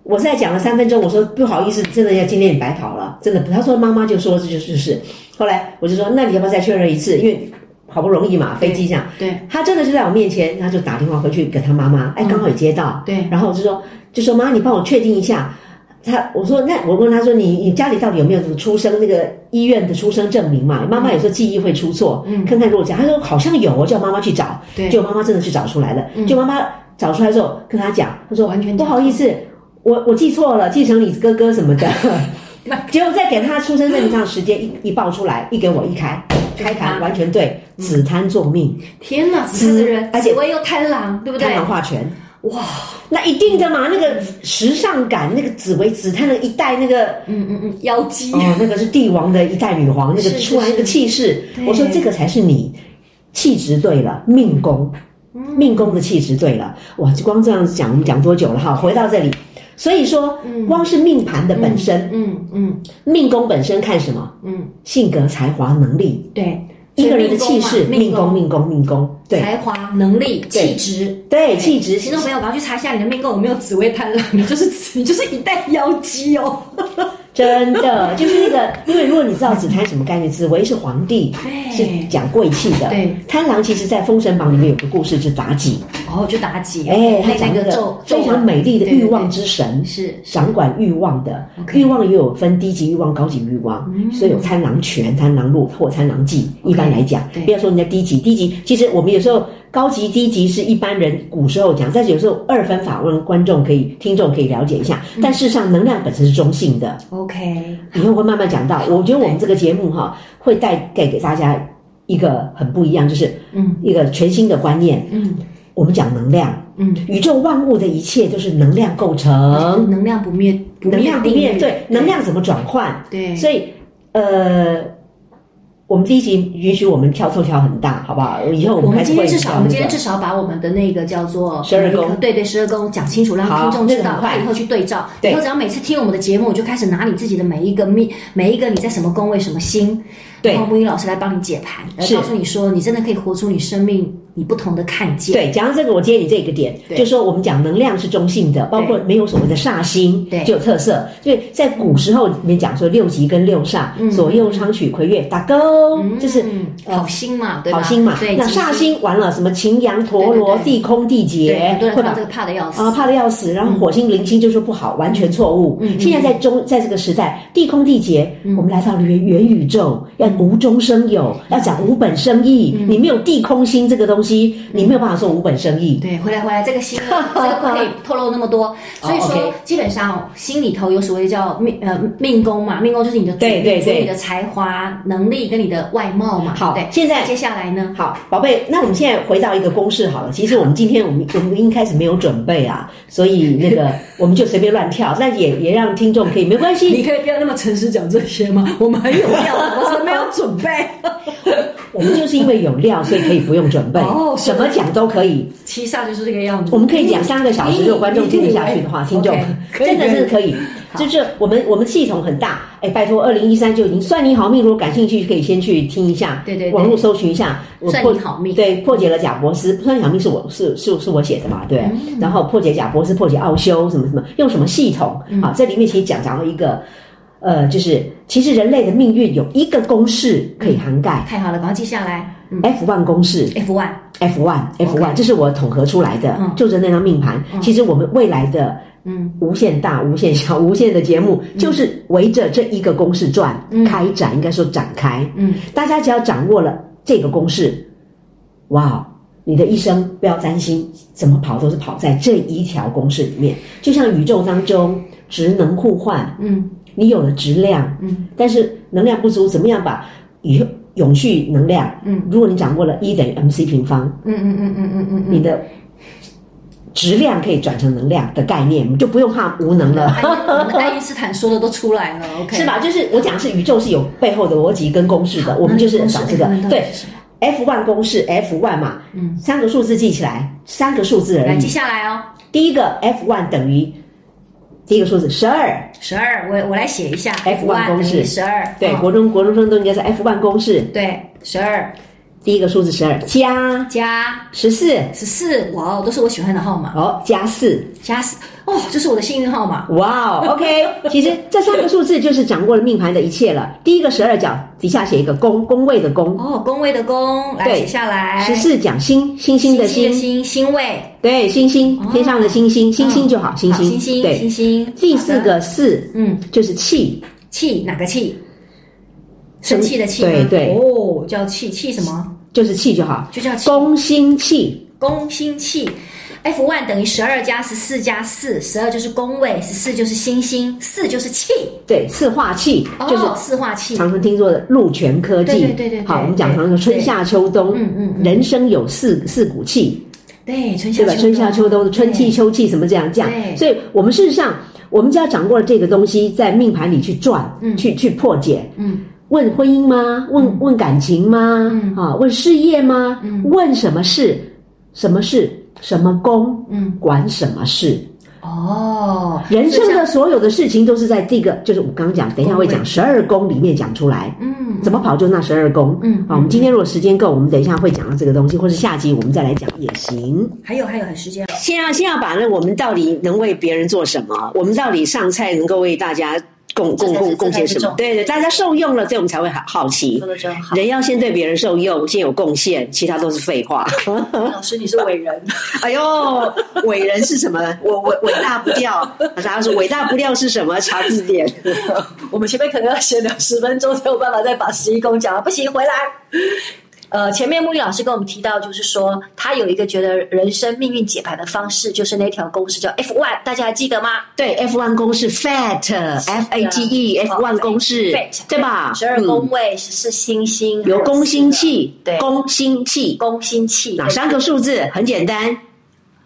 [SPEAKER 2] 我在讲了三分钟，我说不好意思，真的要今天你白跑了，真的不。他说妈妈就说这就是是，后来我就说那你要不要再确认一次？因为好不容易嘛，飞机这样。
[SPEAKER 1] 对
[SPEAKER 2] 他真的就在我面前，他就打电话回去给他妈妈，哎，刚好也接到，
[SPEAKER 1] 嗯对
[SPEAKER 2] 然后我就说，就说妈，你帮我确定一下。他我说那我问他说你你家里到底有没有什么出生那个医院的出生证明嘛？妈妈有时候记忆会出错，
[SPEAKER 1] 嗯
[SPEAKER 2] 看看如果讲，他说好像有，我叫妈妈去找，
[SPEAKER 1] 对
[SPEAKER 2] 就妈妈真的去找出来了，
[SPEAKER 1] 嗯
[SPEAKER 2] 就妈妈找出来之后跟他讲，他说
[SPEAKER 1] 完全
[SPEAKER 2] 不好意思，我我记错了，继承你哥哥什 么的。结果再给他出生证明上的时间一一报出来，一给我一开，开
[SPEAKER 1] 他
[SPEAKER 2] 盘完全对，
[SPEAKER 1] 嗯
[SPEAKER 2] 只贪做命。
[SPEAKER 1] 天哪，紫薇的人，
[SPEAKER 2] 而且
[SPEAKER 1] 紫薇又贪狼，对不对
[SPEAKER 2] 贪？狼化权，
[SPEAKER 1] 哇，
[SPEAKER 2] 那一定的嘛，那个时尚感，那个紫薇紫檀的一代那个。
[SPEAKER 1] 嗯嗯嗯，妖姬，
[SPEAKER 2] 哦，那个是帝王的一代女皇，那个
[SPEAKER 1] 是是
[SPEAKER 2] 出来那个气势，
[SPEAKER 1] 对
[SPEAKER 2] 我说这个才是你气质对了，命宫，
[SPEAKER 1] 嗯
[SPEAKER 2] 命宫的气质对了。哇，就光这样讲，我们讲多久了哈？回到这里，所以说，光是命盘的本身，
[SPEAKER 1] 嗯嗯
[SPEAKER 2] 命宫本身看什么？
[SPEAKER 1] 嗯，
[SPEAKER 2] 性格、才华、能力，
[SPEAKER 1] 对，
[SPEAKER 2] 一个人的气势，
[SPEAKER 1] 命
[SPEAKER 2] 命
[SPEAKER 1] 宫
[SPEAKER 2] 宫，
[SPEAKER 1] 嘛
[SPEAKER 2] 命宫，命宫，
[SPEAKER 1] 宫
[SPEAKER 2] 对
[SPEAKER 1] 才华、能力、气
[SPEAKER 2] 对
[SPEAKER 1] 质，
[SPEAKER 2] 对，气质
[SPEAKER 1] 听众朋友，我要去查一下你的命宫有没有紫薇贪狼， 你就是紫你就是一代妖姬哦。
[SPEAKER 2] 真的就是那 个，因为如果你知道紫檀什么概念，紫薇是皇帝，
[SPEAKER 1] 对
[SPEAKER 2] 是讲贵气的。
[SPEAKER 1] 哎对，
[SPEAKER 2] 贪狼其实在《封神榜》里面有个故事，是妲己，
[SPEAKER 1] 哦，就妲己，
[SPEAKER 2] 哎，她
[SPEAKER 1] 那
[SPEAKER 2] 讲
[SPEAKER 1] 那
[SPEAKER 2] 那
[SPEAKER 1] 个咒啊
[SPEAKER 2] 个非常美丽的欲望之神，
[SPEAKER 1] 是
[SPEAKER 2] 掌管欲望的。
[SPEAKER 1] OK 嗯
[SPEAKER 2] 欲望也有分低级欲望、高级欲望，所以有贪狼拳、贪狼路或贪狼计。一般来讲
[SPEAKER 1] OK，对
[SPEAKER 2] 不要说人家低级，低级其实我们有时候。高级、低级是一般人古时候讲，但是有时候二分法让观众可以、听众可以了解一下。
[SPEAKER 1] 嗯
[SPEAKER 2] 但事实上，能量本身是中性的，
[SPEAKER 1] OK，
[SPEAKER 2] 以后会慢慢讲到。我觉得我们这个节目哈，会带带给大家一个很不一样，就是
[SPEAKER 1] 嗯
[SPEAKER 2] 一个全新的观念。
[SPEAKER 1] 嗯
[SPEAKER 2] 我们讲能量，
[SPEAKER 1] 嗯，
[SPEAKER 2] 宇宙万物的一切都是能量构 成，
[SPEAKER 1] 能量不灭，不
[SPEAKER 2] 嗯能量不
[SPEAKER 1] 定
[SPEAKER 2] 灭
[SPEAKER 1] 律
[SPEAKER 2] 对，能量怎么转换？
[SPEAKER 1] 对，
[SPEAKER 2] 所以，呃，我们第一集允许我们跳错跳很大，好不好？以后我
[SPEAKER 1] 我
[SPEAKER 2] 们
[SPEAKER 1] 们
[SPEAKER 2] 开始
[SPEAKER 1] 今
[SPEAKER 2] 会
[SPEAKER 1] 天至少，我
[SPEAKER 2] 讲
[SPEAKER 1] 们
[SPEAKER 2] 这
[SPEAKER 1] 今天
[SPEAKER 2] 个
[SPEAKER 1] 至少把我们的那个叫做
[SPEAKER 2] 十二宫
[SPEAKER 1] 对对，十二宫讲清楚，让
[SPEAKER 2] 好
[SPEAKER 1] 听众知
[SPEAKER 2] 这个
[SPEAKER 1] 道，
[SPEAKER 2] 很快
[SPEAKER 1] 他以后去对照。
[SPEAKER 2] 对
[SPEAKER 1] 以后只要每次听我们的节目，我就开始拿你自己的每一个命，每一个你在什么宫位、什么星，
[SPEAKER 2] 对
[SPEAKER 1] 然后木英老师来帮你解盘，来
[SPEAKER 2] 是
[SPEAKER 1] 告诉你说，你真的可以活出你生命你不同的看见。
[SPEAKER 2] 对，讲到这个，我接你这个点，
[SPEAKER 1] 对
[SPEAKER 2] 就说我们讲能量是中性的，包括没有所谓的煞星，
[SPEAKER 1] 对
[SPEAKER 2] 就有特色。所以在古时候里面讲说六吉跟六煞，左右昌曲魁月打勾，
[SPEAKER 1] 嗯，
[SPEAKER 2] 就是呃
[SPEAKER 1] 好心嘛，对吧？
[SPEAKER 2] 好心嘛。
[SPEAKER 1] 对，
[SPEAKER 2] 那
[SPEAKER 1] 吉
[SPEAKER 2] 煞星完了，什么擎羊、陀
[SPEAKER 1] 对
[SPEAKER 2] 罗、
[SPEAKER 1] 对对
[SPEAKER 2] 地空、地
[SPEAKER 1] 对
[SPEAKER 2] 劫
[SPEAKER 1] 很多，人
[SPEAKER 2] 会
[SPEAKER 1] 看到
[SPEAKER 2] 把
[SPEAKER 1] 这个嗯怕的要死
[SPEAKER 2] 啊，怕的要死，然后火星、零星就说不好，完全错误。
[SPEAKER 1] 嗯
[SPEAKER 2] 现在在中，在这个时代，地空地劫，我们来到了元元宇宙，要无中生有，要讲无本生意。
[SPEAKER 1] 嗯
[SPEAKER 2] 你没有地空星这个东西，你没有办法说无本生意。
[SPEAKER 1] 对，回来回来，这个 心，这个不可以透露那么多。所以说，
[SPEAKER 2] 哦 OK
[SPEAKER 1] 基本上心里头有所谓叫命呃命宫嘛，命宫就是你的主
[SPEAKER 2] 对对
[SPEAKER 1] 所以
[SPEAKER 2] 对
[SPEAKER 1] 你的才华、能力跟你的外貌嘛。
[SPEAKER 2] 好
[SPEAKER 1] 对。
[SPEAKER 2] 现在
[SPEAKER 1] 那接下来呢？
[SPEAKER 2] 好，宝贝，那我们现在回到一个公式好了。其实我们今天我们我们一开始没有准备啊，所以那个我们就随便乱跳，那也也让听众可以没关系。
[SPEAKER 1] 可以不要那么诚实讲这些吗？我们很有 料，我们没有准备。
[SPEAKER 2] 我们就是因为有料，所以可以不用准备，
[SPEAKER 1] 哦
[SPEAKER 2] 什么讲都可以。
[SPEAKER 1] 七煞就是这个样子。
[SPEAKER 2] 我们可以讲三个小时，如果观众听得下去的话，听众
[SPEAKER 1] OK，可以
[SPEAKER 2] 真的
[SPEAKER 1] 嗯可以
[SPEAKER 2] 是可以。就是我们我们系统很大，哎，拜托，二零一三就已经算你好命。如果感兴趣，可以先去听一下，
[SPEAKER 1] 对对对
[SPEAKER 2] 网络搜寻一下。我
[SPEAKER 1] 算
[SPEAKER 2] 破
[SPEAKER 1] 你好命
[SPEAKER 2] 对，破解了贾博士，算你好命是我是是是我写的嘛，对。
[SPEAKER 1] 嗯
[SPEAKER 2] 然后破解贾博士，破解奥修，什么什么，用什么系统？
[SPEAKER 1] 嗯
[SPEAKER 2] 好，这里面其实讲讲到一个，呃，就是其实人类的命运有一个公式可以涵盖
[SPEAKER 1] 太好了，赶快记下来。嗯
[SPEAKER 2] F one 公式。
[SPEAKER 1] ，F one，
[SPEAKER 2] F one F one，
[SPEAKER 1] OK
[SPEAKER 2] 这是我统合出来的，
[SPEAKER 1] 嗯
[SPEAKER 2] 就是那张命盘。其实我们未来的
[SPEAKER 1] 嗯
[SPEAKER 2] 无限大、无限小、 无限的节目，就是围着这一个公式转，开展应该说展开。
[SPEAKER 1] 嗯，
[SPEAKER 2] 大家只要掌握了这个公式，哇，哦你的一生不要担心，怎么跑都是跑在这一条公式里面。就像宇宙当中职能互换，
[SPEAKER 1] 嗯
[SPEAKER 2] 你有了质量，
[SPEAKER 1] 嗯
[SPEAKER 2] 但是能量不足，怎么样把以后永续能量？
[SPEAKER 1] 嗯
[SPEAKER 2] 如果你掌握了 E 等于 mc 平方，
[SPEAKER 1] 嗯嗯嗯嗯嗯嗯，
[SPEAKER 2] 你的质量可以转成能量的概念，你就不用怕无能
[SPEAKER 1] 哎爱
[SPEAKER 2] 了。
[SPEAKER 1] 因爱因斯坦说的都出来了，OK
[SPEAKER 2] 是？吧？就是我讲是宇宙是有背后的逻辑跟公式的，我们就是
[SPEAKER 1] 那
[SPEAKER 2] 找这个
[SPEAKER 1] 公式
[SPEAKER 2] 对嗯 F one 公式 F one 嘛，
[SPEAKER 1] 嗯
[SPEAKER 2] 三个数字记起来，三个数字而
[SPEAKER 1] 来记
[SPEAKER 2] 已。
[SPEAKER 1] 下来哦，
[SPEAKER 2] 第一个 F one 等于第一个数字十二，
[SPEAKER 1] 十二，我我来写一下
[SPEAKER 2] F1
[SPEAKER 1] 5
[SPEAKER 2] 公式
[SPEAKER 1] 十二，
[SPEAKER 2] 对，
[SPEAKER 1] 哦
[SPEAKER 2] 国中国中生都应该是 F one 公式，
[SPEAKER 1] 对，十二
[SPEAKER 2] 第一个数字十二加
[SPEAKER 1] 加
[SPEAKER 2] 十四，
[SPEAKER 1] 十四，哇哦，都是我喜欢的号码，
[SPEAKER 2] 哦，加四，
[SPEAKER 1] 加四，哦，这是我的幸运号码，
[SPEAKER 2] 哇哦，OK，其实这三个数字就是掌握了命盘的一切了。第一个十二讲底下写一个宫，宫位的宫，
[SPEAKER 1] 哦，宫位的宫，来
[SPEAKER 2] 对
[SPEAKER 1] 写下来，
[SPEAKER 2] 十四讲星，星星的
[SPEAKER 1] 哎星
[SPEAKER 2] 星，
[SPEAKER 1] 星星位，
[SPEAKER 2] 对，星星
[SPEAKER 1] 哦，
[SPEAKER 2] 天上的星星，星星就好，星
[SPEAKER 1] 好
[SPEAKER 2] 星，
[SPEAKER 1] 星星
[SPEAKER 2] 对
[SPEAKER 1] 星。星，
[SPEAKER 2] 第
[SPEAKER 1] 好
[SPEAKER 2] 四
[SPEAKER 1] 的，
[SPEAKER 2] 个四
[SPEAKER 1] 嗯，
[SPEAKER 2] 就是气，
[SPEAKER 1] 气哪个气？生气的气吗？
[SPEAKER 2] 对对
[SPEAKER 1] 哦，叫气气什么？
[SPEAKER 2] 就是气就好。
[SPEAKER 1] 就叫气。
[SPEAKER 2] 宫心气，
[SPEAKER 1] 宫星气。F one 等于十二加十四加四，十二就是宫位，十四就是星星，四就是气，
[SPEAKER 2] 对，四化气就是
[SPEAKER 1] 哦，四化气。
[SPEAKER 2] 常常听说的禄全科技。
[SPEAKER 1] 对对对对对
[SPEAKER 2] 好，我们讲常说春夏秋冬，
[SPEAKER 1] 嗯嗯嗯
[SPEAKER 2] 人生有四四股气，
[SPEAKER 1] 对，春夏
[SPEAKER 2] 对吧？
[SPEAKER 1] 秋
[SPEAKER 2] 春夏秋冬，春气、
[SPEAKER 1] 对
[SPEAKER 2] 秋气，什么这样这样
[SPEAKER 1] 对。
[SPEAKER 2] 所以，我们事实上，我们只要掌握了这个东西，在命盘里去转，
[SPEAKER 1] 嗯
[SPEAKER 2] 去去破解。
[SPEAKER 1] 嗯，
[SPEAKER 2] 问婚姻吗？问问感情吗？
[SPEAKER 1] 嗯
[SPEAKER 2] 啊，问事业吗？
[SPEAKER 1] 嗯
[SPEAKER 2] 问什么事？什么事？什么宫？
[SPEAKER 1] 嗯，
[SPEAKER 2] 管什么事？
[SPEAKER 1] 哦，
[SPEAKER 2] 人生
[SPEAKER 1] 所以像
[SPEAKER 2] 的所有的事情都是在这个，就是我刚刚讲，等一下会讲十二宫里面讲出来。
[SPEAKER 1] 嗯，
[SPEAKER 2] 怎么跑就那十二宫？啊
[SPEAKER 1] 嗯
[SPEAKER 2] 好，我们今天如果时间够，我们等一下会讲到这个东西，或是下集我们再来讲也行。
[SPEAKER 1] 还有还有还有时间，
[SPEAKER 2] 先要先要把那我们到底能为别人做什么，我们到底上菜能够为大家贡
[SPEAKER 1] 这才
[SPEAKER 2] 贡
[SPEAKER 1] 是
[SPEAKER 2] 贡贡献
[SPEAKER 1] 这才是
[SPEAKER 2] 什么
[SPEAKER 1] 重？
[SPEAKER 2] 对对，大家受用了，这我们才会好好奇
[SPEAKER 1] 说。的真好。
[SPEAKER 2] 人要先对别人受用，先有贡献，其他都是废话。
[SPEAKER 1] 老师，你是伟人，
[SPEAKER 2] 哎呦，伟人是什么？我我伟大不掉，啥说伟大不掉是什么？查字典。
[SPEAKER 3] 我们前面可能要闲聊十分钟才有办法再把十一宫讲完，不行，回来。呃，前面木易老师跟我们提到，就是说他有一个觉得人生命运解牌的方式，就是那条公式叫 F one，大家还记得吗？
[SPEAKER 2] 对，F one 公式 fat F A T E F
[SPEAKER 3] 哦
[SPEAKER 2] one 公式
[SPEAKER 3] fat，
[SPEAKER 2] 对吧？
[SPEAKER 3] 十二
[SPEAKER 2] 嗯
[SPEAKER 3] 宫位是星星，
[SPEAKER 2] 有宫心，气，
[SPEAKER 3] 对
[SPEAKER 2] 宫心气，
[SPEAKER 3] 宫心气，
[SPEAKER 2] 哪三个数字？很简单，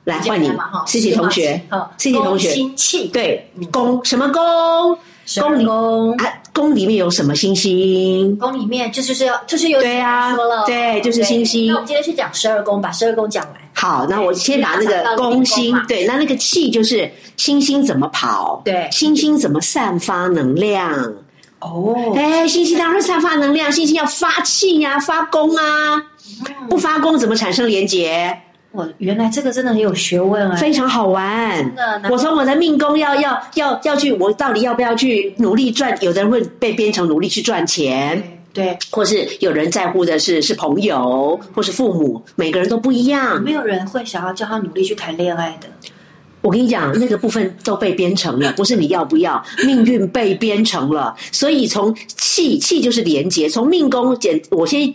[SPEAKER 2] 来换你
[SPEAKER 3] 简单嘛哈，
[SPEAKER 2] 思琪同学
[SPEAKER 3] 好，，
[SPEAKER 2] 思琪同
[SPEAKER 3] 宫
[SPEAKER 2] 学，
[SPEAKER 3] 心气，
[SPEAKER 2] 对，宫什么宫？
[SPEAKER 3] 十二
[SPEAKER 2] 宫里
[SPEAKER 3] 宫，
[SPEAKER 2] 啊，宫里面有什么星星？
[SPEAKER 3] 宫里面就是就是要就是有
[SPEAKER 2] 对啊
[SPEAKER 3] 说了，
[SPEAKER 2] 对就是星星
[SPEAKER 3] 那我们今天先讲十二宫，把十二宫讲完。
[SPEAKER 2] 好，那我先把那
[SPEAKER 3] 对
[SPEAKER 2] 个
[SPEAKER 3] 宫
[SPEAKER 2] 宫心
[SPEAKER 3] 嘛，
[SPEAKER 2] 对，那那个气就是星星怎么跑，
[SPEAKER 3] 对
[SPEAKER 2] 星星怎么散发能量？
[SPEAKER 3] 哦，
[SPEAKER 2] 哎，星星当然会散发能量，星星要发气呀、发功啊，
[SPEAKER 3] 嗯
[SPEAKER 2] 不发功怎么产生连结？
[SPEAKER 3] 我原来这个真的很有学问哎、
[SPEAKER 2] 非常好玩
[SPEAKER 3] 的。
[SPEAKER 2] 我从我的命宫要要要要去，我到底要不要去努力赚？有的人会被编成努力去赚钱，
[SPEAKER 3] 哎对，
[SPEAKER 2] 或是有人在乎的是是朋友，或是父母，每个人都不一样。
[SPEAKER 3] 没有人会想要叫他努力去谈恋爱的。
[SPEAKER 2] 我跟你讲，那个部分都被编成了，不是你要不要，命运被编成了。所以从气气就是连接，从命宫简，我先。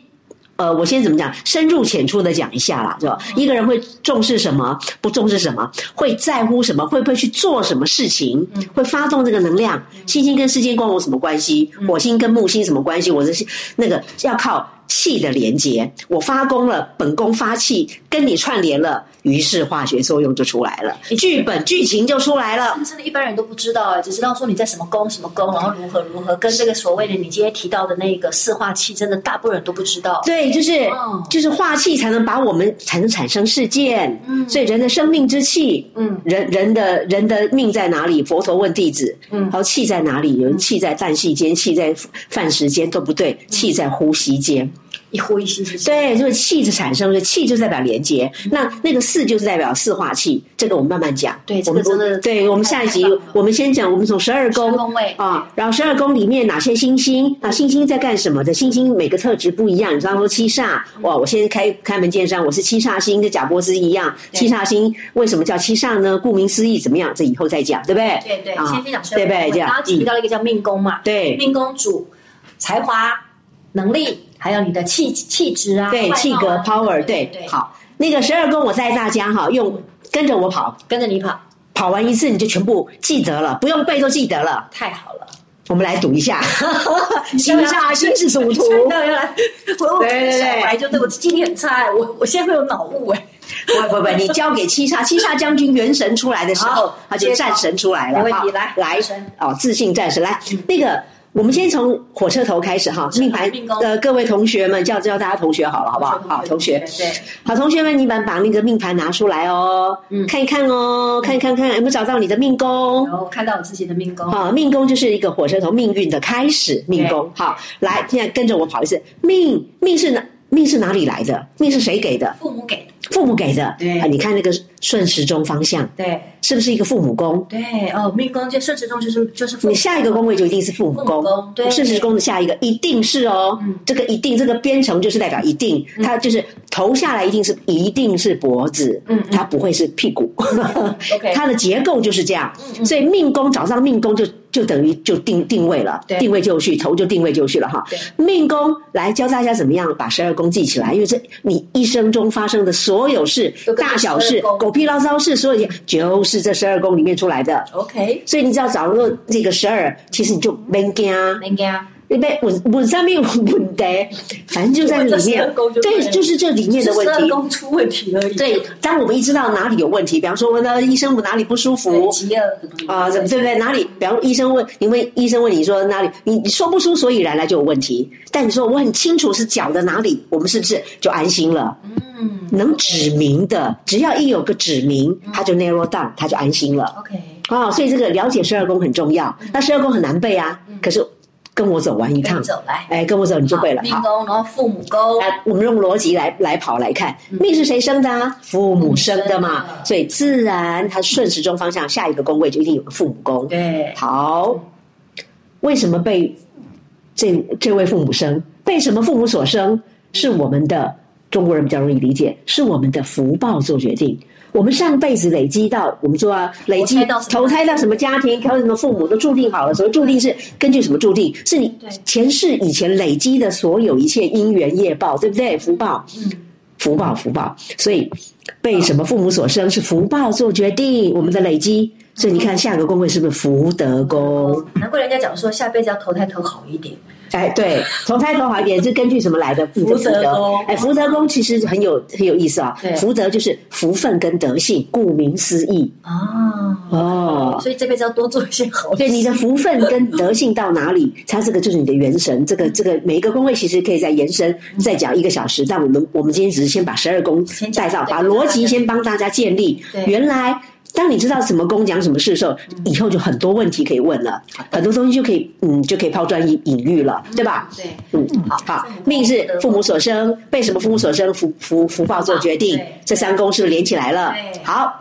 [SPEAKER 2] 呃，我先怎么讲？深入浅出的讲一下啦，就一个人会重视什么，不重视什么，会在乎什么，会不会去做什么事情，会发动这个能量。星星跟世界光有什么关系？火星跟木星什么关系？我这是那个要靠气的连接。我发功了，本宫发气跟你串联了，于是化学作用就出来了，剧本剧情就出来了
[SPEAKER 3] 他。们真的一般人都不知道哎、只知道说你在什么宫什么宫，然后如何如何，跟这个所谓的你今天提到的那个四化气，真的大部分人都不知道。
[SPEAKER 2] 对，就是
[SPEAKER 3] 哦
[SPEAKER 2] 就是化气才能把我们才能产生事件，
[SPEAKER 3] 嗯
[SPEAKER 2] 所以人的生命之气，
[SPEAKER 3] 嗯，
[SPEAKER 2] 人人的人的命在哪里？佛陀问弟子，
[SPEAKER 3] 嗯
[SPEAKER 2] 然后气在哪里？有人气在旦夕间，气在饭食间都不
[SPEAKER 3] 嗯
[SPEAKER 2] 对，气在呼吸间。
[SPEAKER 3] 一呼一吸之间，
[SPEAKER 2] 对，就是气的产生，气就代表连接。
[SPEAKER 3] 嗯
[SPEAKER 2] 那那个四就是代表四化气，这个我们慢慢讲。
[SPEAKER 3] 对
[SPEAKER 2] 我们
[SPEAKER 3] 这个真的
[SPEAKER 2] 对我们下一集
[SPEAKER 3] 太棒了，
[SPEAKER 2] 我们先讲，我们从十二宫
[SPEAKER 3] 十二宫位
[SPEAKER 2] 啊，然后十二宫里面哪些星星啊？星星在干什么的？星星每个特质不一样，你知道说七煞
[SPEAKER 3] 嗯
[SPEAKER 2] 哇，我先开开门见山，我是七煞星，跟贾伯斯一样，七煞星为什么叫七煞呢？顾名思义，怎么样？这以后再讲，对不对？
[SPEAKER 3] 对对，
[SPEAKER 2] 啊
[SPEAKER 3] 先先讲十二
[SPEAKER 2] 对嗯
[SPEAKER 3] 宫
[SPEAKER 2] 不对？
[SPEAKER 3] 位。
[SPEAKER 2] 这样
[SPEAKER 3] 刚刚提
[SPEAKER 2] 嗯
[SPEAKER 3] 到了一个叫命宫嘛，
[SPEAKER 2] 对
[SPEAKER 3] 命宫主才华、能力，还有你的气气质啊，外
[SPEAKER 2] 对
[SPEAKER 3] 貌啊
[SPEAKER 2] 气格 power 对
[SPEAKER 3] 对，
[SPEAKER 2] 好，那个十二宫我带大家哈，用跟着我跑，
[SPEAKER 3] 跟着你跑，
[SPEAKER 2] 跑完一次你就全部记得了，不用背都记得了。
[SPEAKER 3] 太好了，
[SPEAKER 2] 我们来赌一 下，啊心下心是什么图？
[SPEAKER 3] 真的原来我
[SPEAKER 2] 对对对
[SPEAKER 3] 小白就对我记忆力很差，我我现在会有脑雾哎，
[SPEAKER 2] 不不不，你交给七杀，七杀将军元神出来的时候
[SPEAKER 3] 好，
[SPEAKER 2] 他就战神出来了。
[SPEAKER 3] 哦没问题
[SPEAKER 2] 好
[SPEAKER 3] 来
[SPEAKER 2] 来
[SPEAKER 3] 战神，嗯
[SPEAKER 2] 哦，自信战神来。那个，我们先从火车头开始哈，命盘
[SPEAKER 3] 命宫
[SPEAKER 2] 呃，各位同学们叫叫大家同学好了，好不好？好，同学，
[SPEAKER 3] 对，
[SPEAKER 2] 好，同学们，你们把那个命盘拿出来哦，
[SPEAKER 3] 嗯哦
[SPEAKER 2] 看一看哦，看一看看有没有找到你的命宫
[SPEAKER 3] 然。后看到我自己的命宫，
[SPEAKER 2] 好，命宫就是一个火车头命运的开始，命宫。好，来，现在跟着我跑一次。命命是哪？命是哪里来的？命是谁给的？
[SPEAKER 3] 父母给的，
[SPEAKER 2] 父母给的。
[SPEAKER 3] 对
[SPEAKER 2] 啊，你看那个顺时钟方向，
[SPEAKER 3] 对
[SPEAKER 2] 是不是一个父母宫？
[SPEAKER 3] 对哦，命宫就顺时钟就是就是父母
[SPEAKER 2] 你下一个宫位就一定是父母
[SPEAKER 3] 父母
[SPEAKER 2] 宫
[SPEAKER 3] 宫，对
[SPEAKER 2] 顺时钟的下一个一定是哦，
[SPEAKER 3] 嗯
[SPEAKER 2] 这个一定，这个编程就是代表一定，它就是头下来一定是一定是脖子，
[SPEAKER 3] 嗯嗯
[SPEAKER 2] 它不会是屁 股，
[SPEAKER 3] ，OK，
[SPEAKER 2] 它的结构就是这样，
[SPEAKER 3] 嗯嗯
[SPEAKER 2] 所以命宫早上命宫就就等于就定定位了
[SPEAKER 3] 对，
[SPEAKER 2] 定位就绪，头就定位就绪了哈
[SPEAKER 3] 对。
[SPEAKER 2] 命宫来教大家怎么样把十二宫记起来，因为这你一生中发生的所有事
[SPEAKER 3] 都、跟这
[SPEAKER 2] 大小
[SPEAKER 3] 12
[SPEAKER 2] 事、
[SPEAKER 3] 宫
[SPEAKER 2] 狗屁唠骚事，所有就是这十二宫里面出来的。
[SPEAKER 3] OK，
[SPEAKER 2] 所以你只要掌握这个十二，其实你就没惊，
[SPEAKER 3] 应该啊
[SPEAKER 2] 你被问问上面有问题，反正就在这里
[SPEAKER 3] 就问这
[SPEAKER 2] 面
[SPEAKER 3] 12宫就，对了
[SPEAKER 2] 对，就是这里面的问
[SPEAKER 3] 十二
[SPEAKER 2] 题。
[SPEAKER 3] 宫出问题而已，
[SPEAKER 2] 对，当我们一知道哪里有问题，比方说问到医生我哪里不舒
[SPEAKER 3] 对，
[SPEAKER 2] 服
[SPEAKER 3] 极恶什么什么
[SPEAKER 2] 啊，怎么对不对？哪里？比方医生问你问医生问你说哪里，你你说不出所以然来就有问题。但你说我很清楚是脚的哪里，我们是不是就安心了？
[SPEAKER 3] 嗯
[SPEAKER 2] 能指明的，只要一有个指明，他就 narrow down，他就安心了。
[SPEAKER 3] ，OK，
[SPEAKER 2] 哦，所以这个了解十二宫很重要。那十二宫很难背啊，可是跟我走完一
[SPEAKER 3] 嗯跟
[SPEAKER 2] 趟
[SPEAKER 3] 你，走来，啊
[SPEAKER 2] 哎，跟我走你就背了。
[SPEAKER 3] 命
[SPEAKER 2] 好，哎
[SPEAKER 3] 宫，然后父母宫，
[SPEAKER 2] 来，我们用逻辑来来跑来看，命是谁生的啊？父母生的嘛
[SPEAKER 3] 嗯生，的
[SPEAKER 2] 所以自然它顺时钟方向，下一个宫位就一定有个父母宫。
[SPEAKER 1] 哎
[SPEAKER 3] 对，
[SPEAKER 2] 好，为什么被这这位父母生？被什么父母所生？是我们的中国人比较容易理解，是我们的福报做决定。我们上辈子累积到，我们说啊，累积
[SPEAKER 3] 投胎到什么
[SPEAKER 2] 投胎到什么家庭，还有什么父母都注定好了。所谓注定是根据什么注定？是你
[SPEAKER 3] 对
[SPEAKER 2] 前世以前累积的所有一切因缘业报，对不对？福报，
[SPEAKER 3] 嗯，
[SPEAKER 2] 福报，福报。所以被什么父母所生是福报做决定，我们的累积。所以你看下个宫位是不是福德宫？
[SPEAKER 3] 难怪人家讲说下辈子要投胎投好一点，
[SPEAKER 2] 哎，对，从开头好一点是根据什么来的？你的
[SPEAKER 3] 福德宫
[SPEAKER 2] 哎，福德宫其实很有很有意思啊
[SPEAKER 3] 对。
[SPEAKER 2] 福德就是福分跟德性，顾名思义
[SPEAKER 3] 啊，
[SPEAKER 2] 哦。
[SPEAKER 3] 所以这辈子要多做一些 好
[SPEAKER 2] 对
[SPEAKER 3] 事，
[SPEAKER 2] 你的福分跟德性到哪里，它这个就是你的元神。这个
[SPEAKER 3] 嗯
[SPEAKER 2] 这个每一个宫位其实可以再延伸再讲一个小时，但我们我们今天只是先把十二宫
[SPEAKER 3] 先讲
[SPEAKER 2] 带到，
[SPEAKER 3] 对
[SPEAKER 2] 把逻辑先帮大家建立
[SPEAKER 3] 对。嗯
[SPEAKER 2] 原来当你知道什么宫讲什么事的时候，以后就很多问题可以问了，很多东西就可以嗯就可以抛砖引引玉了，对吧？
[SPEAKER 3] 对，
[SPEAKER 2] 嗯，好好，命是父母所生，被什么父母所生，福福福报做决定
[SPEAKER 3] 对对，
[SPEAKER 2] 这三宫是不是连起来了
[SPEAKER 3] 对。嗯
[SPEAKER 2] 好，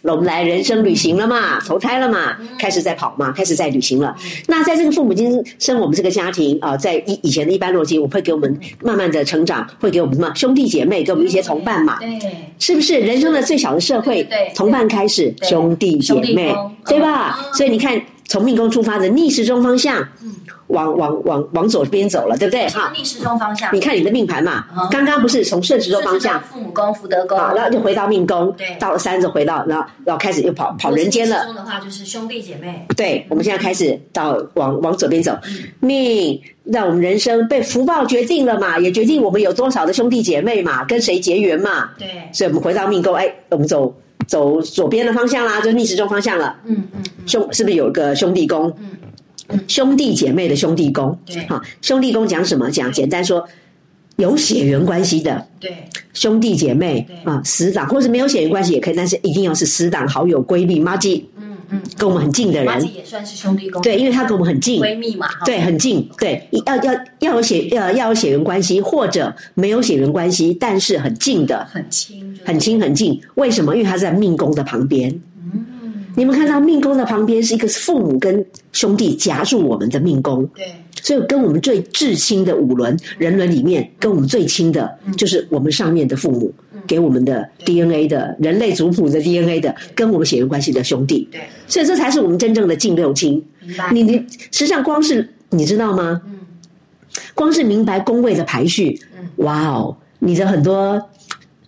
[SPEAKER 2] 那我们来人生旅行了嘛，投胎了嘛，开始在跑嘛，开始在旅行了。那在这个父母亲生我们这个家庭啊、呃在以以前的一般逻辑，我们会给我们
[SPEAKER 3] 嗯
[SPEAKER 2] 慢慢的成长，会给我们什么兄弟姐妹，给我们一些同伴嘛。
[SPEAKER 3] 嗯对，
[SPEAKER 2] 是不是人生的最小的社会
[SPEAKER 3] 对对对，
[SPEAKER 2] 同伴开始，
[SPEAKER 3] 对
[SPEAKER 2] 兄弟姐
[SPEAKER 3] 兄弟
[SPEAKER 2] 妹
[SPEAKER 3] 宫，
[SPEAKER 2] 对吧
[SPEAKER 3] 嗯？
[SPEAKER 2] 所以你看，从命宫出发的逆时钟方向
[SPEAKER 3] 嗯，
[SPEAKER 2] 往往往往左边走了，对不对？
[SPEAKER 3] 是
[SPEAKER 2] 哈，
[SPEAKER 3] 逆时钟方向
[SPEAKER 2] 你，看你的命盘
[SPEAKER 3] 嗯
[SPEAKER 2] 嘛，刚刚不是从顺时钟方向
[SPEAKER 3] 顺时钟，父母宫、福德宫，
[SPEAKER 2] 好，然后就回到命宫
[SPEAKER 3] 对，
[SPEAKER 2] 到了三就回到，然后然后开始又跑跑人间
[SPEAKER 3] 如
[SPEAKER 2] 了。
[SPEAKER 3] 果是逆时钟的话，就是兄弟姐妹，
[SPEAKER 2] 对，我们现在开始到往往左边走，
[SPEAKER 3] 嗯
[SPEAKER 2] 命让我们人生被福报决定了嘛，也决定我们有多少的兄弟姐妹嘛，跟谁结缘嘛。
[SPEAKER 3] 对，
[SPEAKER 2] 所以我们回到命宫，哎，我们走走左边的方向啦，就逆时钟方向了。
[SPEAKER 3] 嗯嗯嗯，
[SPEAKER 2] 兄是不是有一个兄弟宫？
[SPEAKER 3] 嗯
[SPEAKER 2] 兄弟姐妹的兄弟宫。
[SPEAKER 3] 对
[SPEAKER 2] 好，兄弟宫讲什么？讲简单说，有血缘关系的
[SPEAKER 3] 对，
[SPEAKER 2] 兄弟姐妹
[SPEAKER 3] 对
[SPEAKER 2] 啊，死党，或是没有血缘关系也可以，但是一定要是死党、好友、闺蜜、妈鸡，
[SPEAKER 3] 嗯嗯，
[SPEAKER 2] 跟我们很近的
[SPEAKER 3] 妈
[SPEAKER 2] 人
[SPEAKER 3] 姐。也算是兄弟宫，
[SPEAKER 2] 对，因为他跟我们很近，
[SPEAKER 3] 闺蜜嘛，哈
[SPEAKER 2] 对，，很近，对，要要要有血呃要有血缘关系，或者没有血缘关系，但是很近的，
[SPEAKER 3] 很亲，就是
[SPEAKER 2] 很，亲很近。为什么？因为他在命宫的旁边。
[SPEAKER 3] 嗯，
[SPEAKER 2] 你们看到命宫的旁边是一个父母跟兄弟夹住我们的命宫，
[SPEAKER 3] 对，
[SPEAKER 2] 所以跟我们最至亲的五轮人伦里面，跟我们最亲的就是我们上面的父母
[SPEAKER 3] 嗯
[SPEAKER 2] 给我们的 DNA 的人类族谱的 DNA 的，跟我们血缘关系的兄弟，
[SPEAKER 3] 对，啊
[SPEAKER 2] 所以这才是我们真正的近六亲。
[SPEAKER 3] 明白，
[SPEAKER 2] 你你实际上光是你知道吗？
[SPEAKER 3] 嗯，
[SPEAKER 2] 光是明白宫位的排序，哇哦，你的很多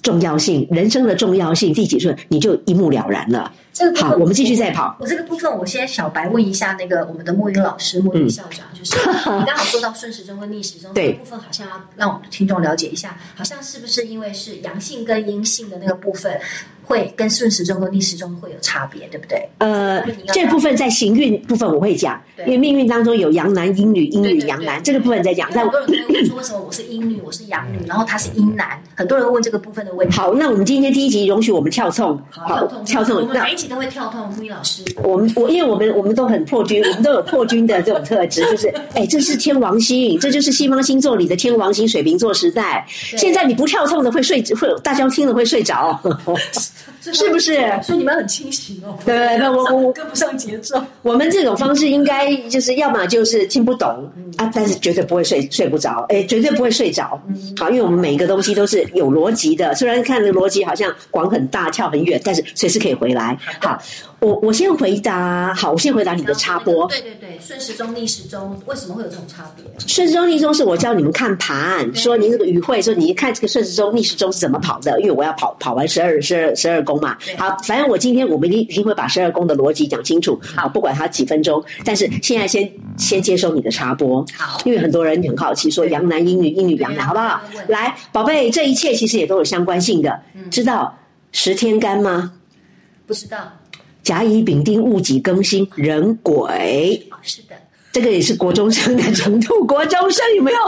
[SPEAKER 2] 重要性，人生的重要性，第几顺你就一目了然了。
[SPEAKER 1] 这
[SPEAKER 3] 嗯
[SPEAKER 1] 个部分
[SPEAKER 2] 好，我们继续再跑。
[SPEAKER 1] 我这个部分，我先小白问一下那个我们的沐云老师、沐云校长，就是 你刚好说到顺时钟跟逆时钟这
[SPEAKER 2] 嗯对
[SPEAKER 1] 个部分，好像要让我们听众了解一下，好像是不是因为是阳性跟阴性的那个部分，会跟顺时钟跟逆时钟会有差别，对不对？
[SPEAKER 2] 呃，这部分在行运部分我会讲，
[SPEAKER 1] 对
[SPEAKER 2] 因为命运当中有阳男阴女，阴
[SPEAKER 1] 对
[SPEAKER 2] 女
[SPEAKER 1] 对
[SPEAKER 2] 阳男
[SPEAKER 1] 对
[SPEAKER 2] 这个部分在讲。嗯
[SPEAKER 1] 因为
[SPEAKER 2] 但
[SPEAKER 1] 很多人都会问说，为什么我是阴女，我是阳女，然后他是阴男，很多人会问这个部分的问题。
[SPEAKER 2] 好，那我们今天第一集容许我们跳痛，
[SPEAKER 1] 跳痛，
[SPEAKER 2] 跳
[SPEAKER 1] 我
[SPEAKER 2] 痛。
[SPEAKER 1] 们
[SPEAKER 2] 那
[SPEAKER 1] 每一集都会跳痛，沐云老师。
[SPEAKER 2] 我们我因为我们我们都很破军，我们都有破军的这种 特质，就是哎，这是天王星，这就是西方星座里的天王星水瓶座时代。
[SPEAKER 1] 对
[SPEAKER 2] 现在你不跳痛的会睡，会大家听了会睡着， 是不是？
[SPEAKER 1] 所以你们很清醒哦。
[SPEAKER 2] 对对对我我我
[SPEAKER 1] 跟不上节奏。
[SPEAKER 2] 我们这种方式应该就是要么就是听不懂啊，但是绝对不会睡睡不着，哎，绝对不会睡着。好，因为我们每一个东西都是有逻辑的，虽然看的逻辑好像广很大、跳很远，但是随时可以回来。好，我我先回答，好，我先回答你的插播。
[SPEAKER 1] 对对对，顺时钟逆时钟为什么会有这种差别？
[SPEAKER 2] 顺时钟逆时钟是我教你们看盘，说您这个语会，说你一看这个顺时钟逆时钟是怎么跑的，因为我要跑跑完十二十二十二宫嘛
[SPEAKER 1] 对。
[SPEAKER 2] 好，反正我今天我们一定一定会把十二宫的逻辑讲清楚，好，不管它几分钟，但是现在先先接收你的插播，
[SPEAKER 1] 好
[SPEAKER 2] 因为很多人很好奇说
[SPEAKER 1] 对
[SPEAKER 2] 阳男阴女，阴女阳男，好不好
[SPEAKER 1] 对对？嗯对
[SPEAKER 2] 来，宝贝，这一切其实也都有相关性的，知道十天干吗？
[SPEAKER 1] 不知道，
[SPEAKER 2] 甲乙丙丁戊己庚辛壬癸，
[SPEAKER 1] 哦是的，
[SPEAKER 2] 这个也是国中生的程度，国中生有 没有？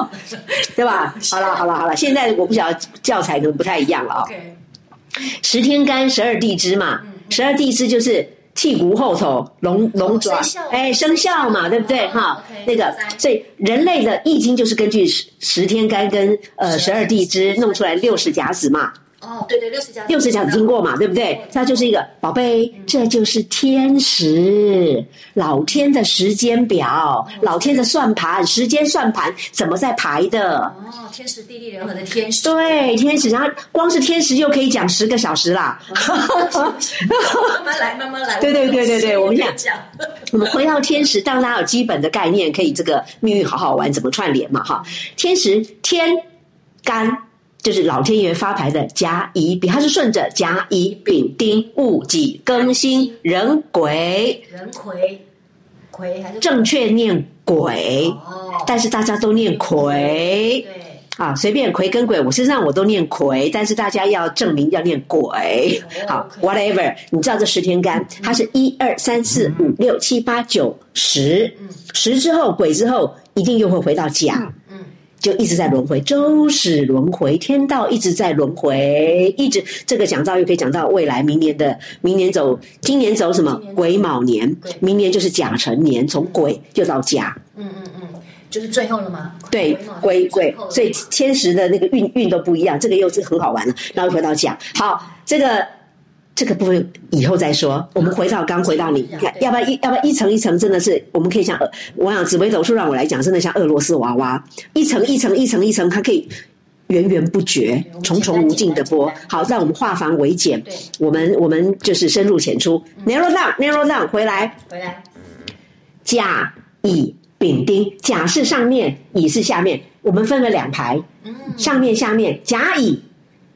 [SPEAKER 2] 对吧？好了好了好了，现在我不晓得教材可能不太一样了啊、
[SPEAKER 1] 对，
[SPEAKER 2] 十天干，十二地支嘛，
[SPEAKER 1] 嗯
[SPEAKER 2] 十二地支就是剔骨后头龙龙爪
[SPEAKER 1] 哦生肖，
[SPEAKER 2] 哎，生肖嘛，对不对？哈
[SPEAKER 1] 哦，，OK，
[SPEAKER 2] 那个
[SPEAKER 1] 明白，
[SPEAKER 2] 所以人类的易经就是根据十十天干跟呃
[SPEAKER 1] 十
[SPEAKER 2] 十
[SPEAKER 1] 二
[SPEAKER 2] 二地支
[SPEAKER 1] 地支
[SPEAKER 2] 弄出来六十甲子嘛，
[SPEAKER 1] 哦对对，六十加
[SPEAKER 2] 六十讲听过嘛，对不对？它就是一个宝贝，这就是天时，老天的时间表，老天的算盘，时间算盘怎么在排的？
[SPEAKER 1] 哦，天时地利人
[SPEAKER 2] 嗯
[SPEAKER 1] 和的天 时，
[SPEAKER 2] 对，天时，然后光是天时就可以讲十个小时啦。
[SPEAKER 1] 慢慢来，慢慢来。
[SPEAKER 2] 对对对对对我们讲
[SPEAKER 1] 讲，
[SPEAKER 2] 我们回到天时，当大家有基本的概念，可以这个命运好好玩，怎么串联嘛？哈，天时天干就是老天爷发牌的甲乙丙，它是顺着甲乙丙丁戊己庚辛壬癸。
[SPEAKER 1] 人魁，魁还是
[SPEAKER 2] 正确念鬼，
[SPEAKER 1] 哦，
[SPEAKER 2] 但是大家都念魁
[SPEAKER 1] 对，
[SPEAKER 2] 啊，随便魁跟鬼，我身上我都念魁，但是大家要证明要念鬼。好
[SPEAKER 1] 哦
[SPEAKER 2] ，whatever，你知道这十天干，它是一二三四五六七八九十，十之后鬼之后，一定又会回到甲。
[SPEAKER 1] 嗯，
[SPEAKER 2] 就一直在轮回，周始轮回，天道一直在轮回，一直这个讲到又可以讲到未来，明年的明年走，今年走什么
[SPEAKER 1] 今年走
[SPEAKER 2] 癸卯年
[SPEAKER 1] 癸，
[SPEAKER 2] 明年就是甲辰年，从癸就到甲，
[SPEAKER 1] 嗯嗯嗯，就是最后了吗？
[SPEAKER 2] 对
[SPEAKER 1] 嘛，
[SPEAKER 2] 癸
[SPEAKER 1] 最
[SPEAKER 2] 癸
[SPEAKER 1] 后，了
[SPEAKER 2] 所以天时的那个运运都不一样，这个又是很好玩了，然后回到甲，好，这个。这个部分以后再说，我们回到刚回到你，
[SPEAKER 1] 是啊
[SPEAKER 2] 看
[SPEAKER 1] 对
[SPEAKER 2] 要不要一要不要一层一层，真的是我们可以像，呃我想紫微斗数让我来讲，真的像俄罗斯娃娃，一层一层一层一层，它可以源源不绝
[SPEAKER 1] 对我们、
[SPEAKER 2] 重重无尽的
[SPEAKER 1] 简
[SPEAKER 2] 播
[SPEAKER 1] 单简单简。
[SPEAKER 2] 好，让我们化繁为简
[SPEAKER 1] 对，嗯
[SPEAKER 2] 我们我们就是深入浅出，narrow down narrow down 回来，
[SPEAKER 1] 回来，
[SPEAKER 2] 甲乙丙丁，甲是上面，乙是下面，我们分了两排，
[SPEAKER 1] 嗯，
[SPEAKER 2] 上面下面甲乙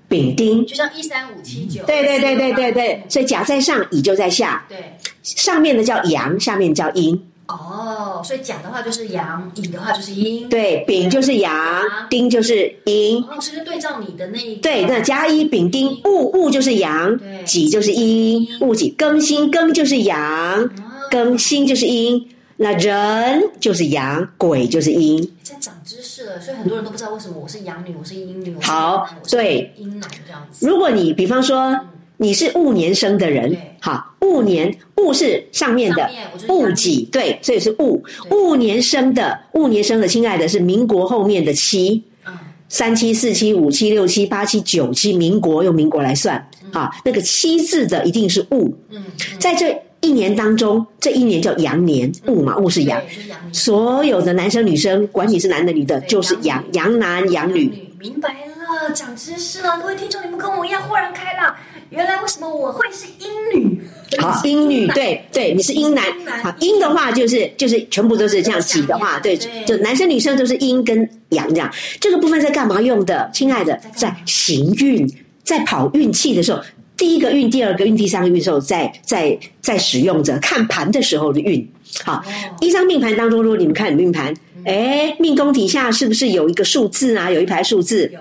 [SPEAKER 2] 丙丁。
[SPEAKER 1] 就像一三五七九，
[SPEAKER 2] 对对对对对对，所以甲在上，乙就在下，
[SPEAKER 1] 对，
[SPEAKER 2] 上面的叫阳，下面叫阴。
[SPEAKER 1] 哦，所以甲的话就是阳，乙的话就是阴，，
[SPEAKER 2] 对，丙就是阳，丁就是阴。
[SPEAKER 1] 哦，所以就对照你的那一个
[SPEAKER 2] 对，那甲乙丙丁，戊戊就是阳
[SPEAKER 1] 对，
[SPEAKER 2] 己就是阴，戊己庚辛，庚就是阳，
[SPEAKER 1] 啊
[SPEAKER 2] 庚辛就是阴，那人就是阳，鬼就是阴。
[SPEAKER 1] 真长知识了，所以很多人都不知道为什么我是阳女，我是阴女，我是
[SPEAKER 2] 好
[SPEAKER 1] 阳男我是
[SPEAKER 2] 对
[SPEAKER 1] 阴男这样子。
[SPEAKER 2] 如果你比方说你是戊年生的人
[SPEAKER 1] 对，
[SPEAKER 2] 好，戊年戊是上面的
[SPEAKER 1] 上面我就是
[SPEAKER 2] 戊己，对，所以是戊
[SPEAKER 1] 对
[SPEAKER 2] 戊年生的戊年生的，亲爱的是民国后面的七。
[SPEAKER 1] 嗯，
[SPEAKER 2] 三七、四七、五七、六七、八七、九七，民国用民国来算啊，那个七字的一定是戊，
[SPEAKER 1] 嗯，嗯
[SPEAKER 2] 在这一年当中，这一年叫羊年，戊嘛，戊是羊
[SPEAKER 1] 对，就是阳女，
[SPEAKER 2] 所有的男生女生，管你是男的女的，就是羊，羊男、羊女。
[SPEAKER 1] 女，明白了。了，长知识了！各位听众，你们跟我一样豁然开朗，原来为什么我会是英女？
[SPEAKER 2] 好，英女，对对，你是英男
[SPEAKER 1] 英男。
[SPEAKER 2] 好，英的话就是就是全部都是这样挤的话，
[SPEAKER 1] 都
[SPEAKER 2] 对
[SPEAKER 1] 是阳，
[SPEAKER 2] 就
[SPEAKER 1] 对
[SPEAKER 2] 男生女生都是阴跟阳这样。这个部分在干嘛用的？亲爱的，
[SPEAKER 1] 在干
[SPEAKER 2] 在
[SPEAKER 1] 嘛
[SPEAKER 2] 行运，在跑运气的时候，第一个运、第二个运、第三个运的时候，在在在使用着看盘的时候的运。
[SPEAKER 1] 哦
[SPEAKER 2] 好，一张命盘当中，如果你们看你命盘，
[SPEAKER 1] 嗯
[SPEAKER 2] 哎，命宫底下是不是有一个数字啊？有一排数字
[SPEAKER 1] 有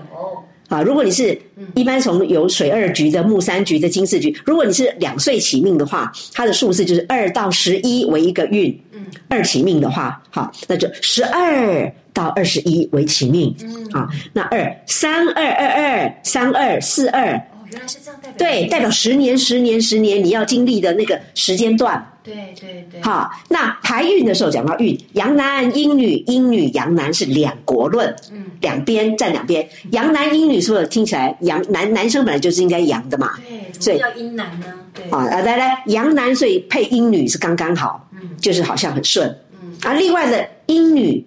[SPEAKER 2] 啊？如果你是
[SPEAKER 1] 嗯
[SPEAKER 2] 一般从有水二局的、木三局的、金四局，如果你是两岁起命的话，它的数字就是二到十一为一个运。
[SPEAKER 1] 嗯，
[SPEAKER 2] 二起命的话，好，那就十二到二十一为起命。
[SPEAKER 1] 嗯
[SPEAKER 2] 啊，那二三二二二三二四二，
[SPEAKER 1] 哦，原来是这样代表
[SPEAKER 2] 对，代表十年、十年、十年你要经历的那个时间段。
[SPEAKER 1] 对对对，
[SPEAKER 2] 好，那排运的时候讲到运，阳男、阴女、阴女、阳男是两国论，
[SPEAKER 1] 嗯，
[SPEAKER 2] 两边站两边。阳男、阴女是不是听起来阳男男生本来就是应该阳的嘛？
[SPEAKER 1] 对，怎
[SPEAKER 2] 所
[SPEAKER 1] 么
[SPEAKER 2] 以
[SPEAKER 1] 叫英男呢？对，
[SPEAKER 2] 啊，啊来来，阳男所以配阴女是刚刚好，
[SPEAKER 1] 嗯
[SPEAKER 2] 就是好像很顺。
[SPEAKER 1] 嗯，
[SPEAKER 2] 啊，另外的阴女，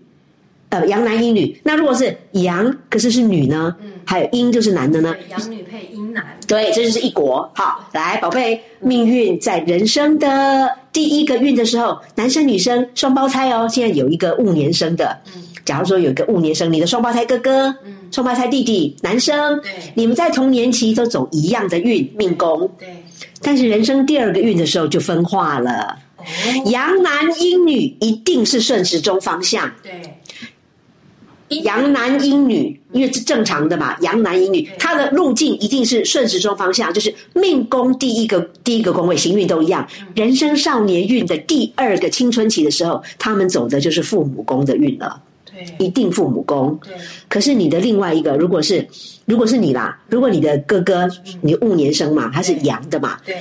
[SPEAKER 2] 呃，阳男阴女，那如果是阳可是是女呢？
[SPEAKER 1] 嗯
[SPEAKER 2] 还有阴就是男的呢？
[SPEAKER 1] 对，养女配英男，
[SPEAKER 2] 对，这就是一国。好，来，宝贝，命运在人生的第一个运的时候，男生女生双胞胎哦。现在有一个戊年生的，
[SPEAKER 1] 嗯
[SPEAKER 2] 假如说有一个戊年生，你的双胞胎哥哥、
[SPEAKER 1] 嗯，
[SPEAKER 2] 双胞胎弟弟，男生，
[SPEAKER 1] 对
[SPEAKER 2] 你们在童年期都走一样的运命宫，
[SPEAKER 1] 对，
[SPEAKER 2] 但是人生第二个运的时候就分化了。
[SPEAKER 1] 哦，
[SPEAKER 2] 阳男阴女一定是顺时钟方向，
[SPEAKER 1] 对，
[SPEAKER 2] 阳男阴女，因为是正常的嘛，阳男阴女
[SPEAKER 1] 对，
[SPEAKER 2] 它的路径一定是顺时钟方向，就是命宫第一个第一个宫位，行运都一样。
[SPEAKER 1] 嗯
[SPEAKER 2] 人生少年运的第二个青春期的时候，他们走的就是父母宫的运了，
[SPEAKER 1] 对
[SPEAKER 2] 一定父母宫。
[SPEAKER 1] 对，
[SPEAKER 2] 可是你的另外一个，如果是如果是你啦，如果你的哥哥，你戊年生嘛，他是阳的嘛，
[SPEAKER 1] 对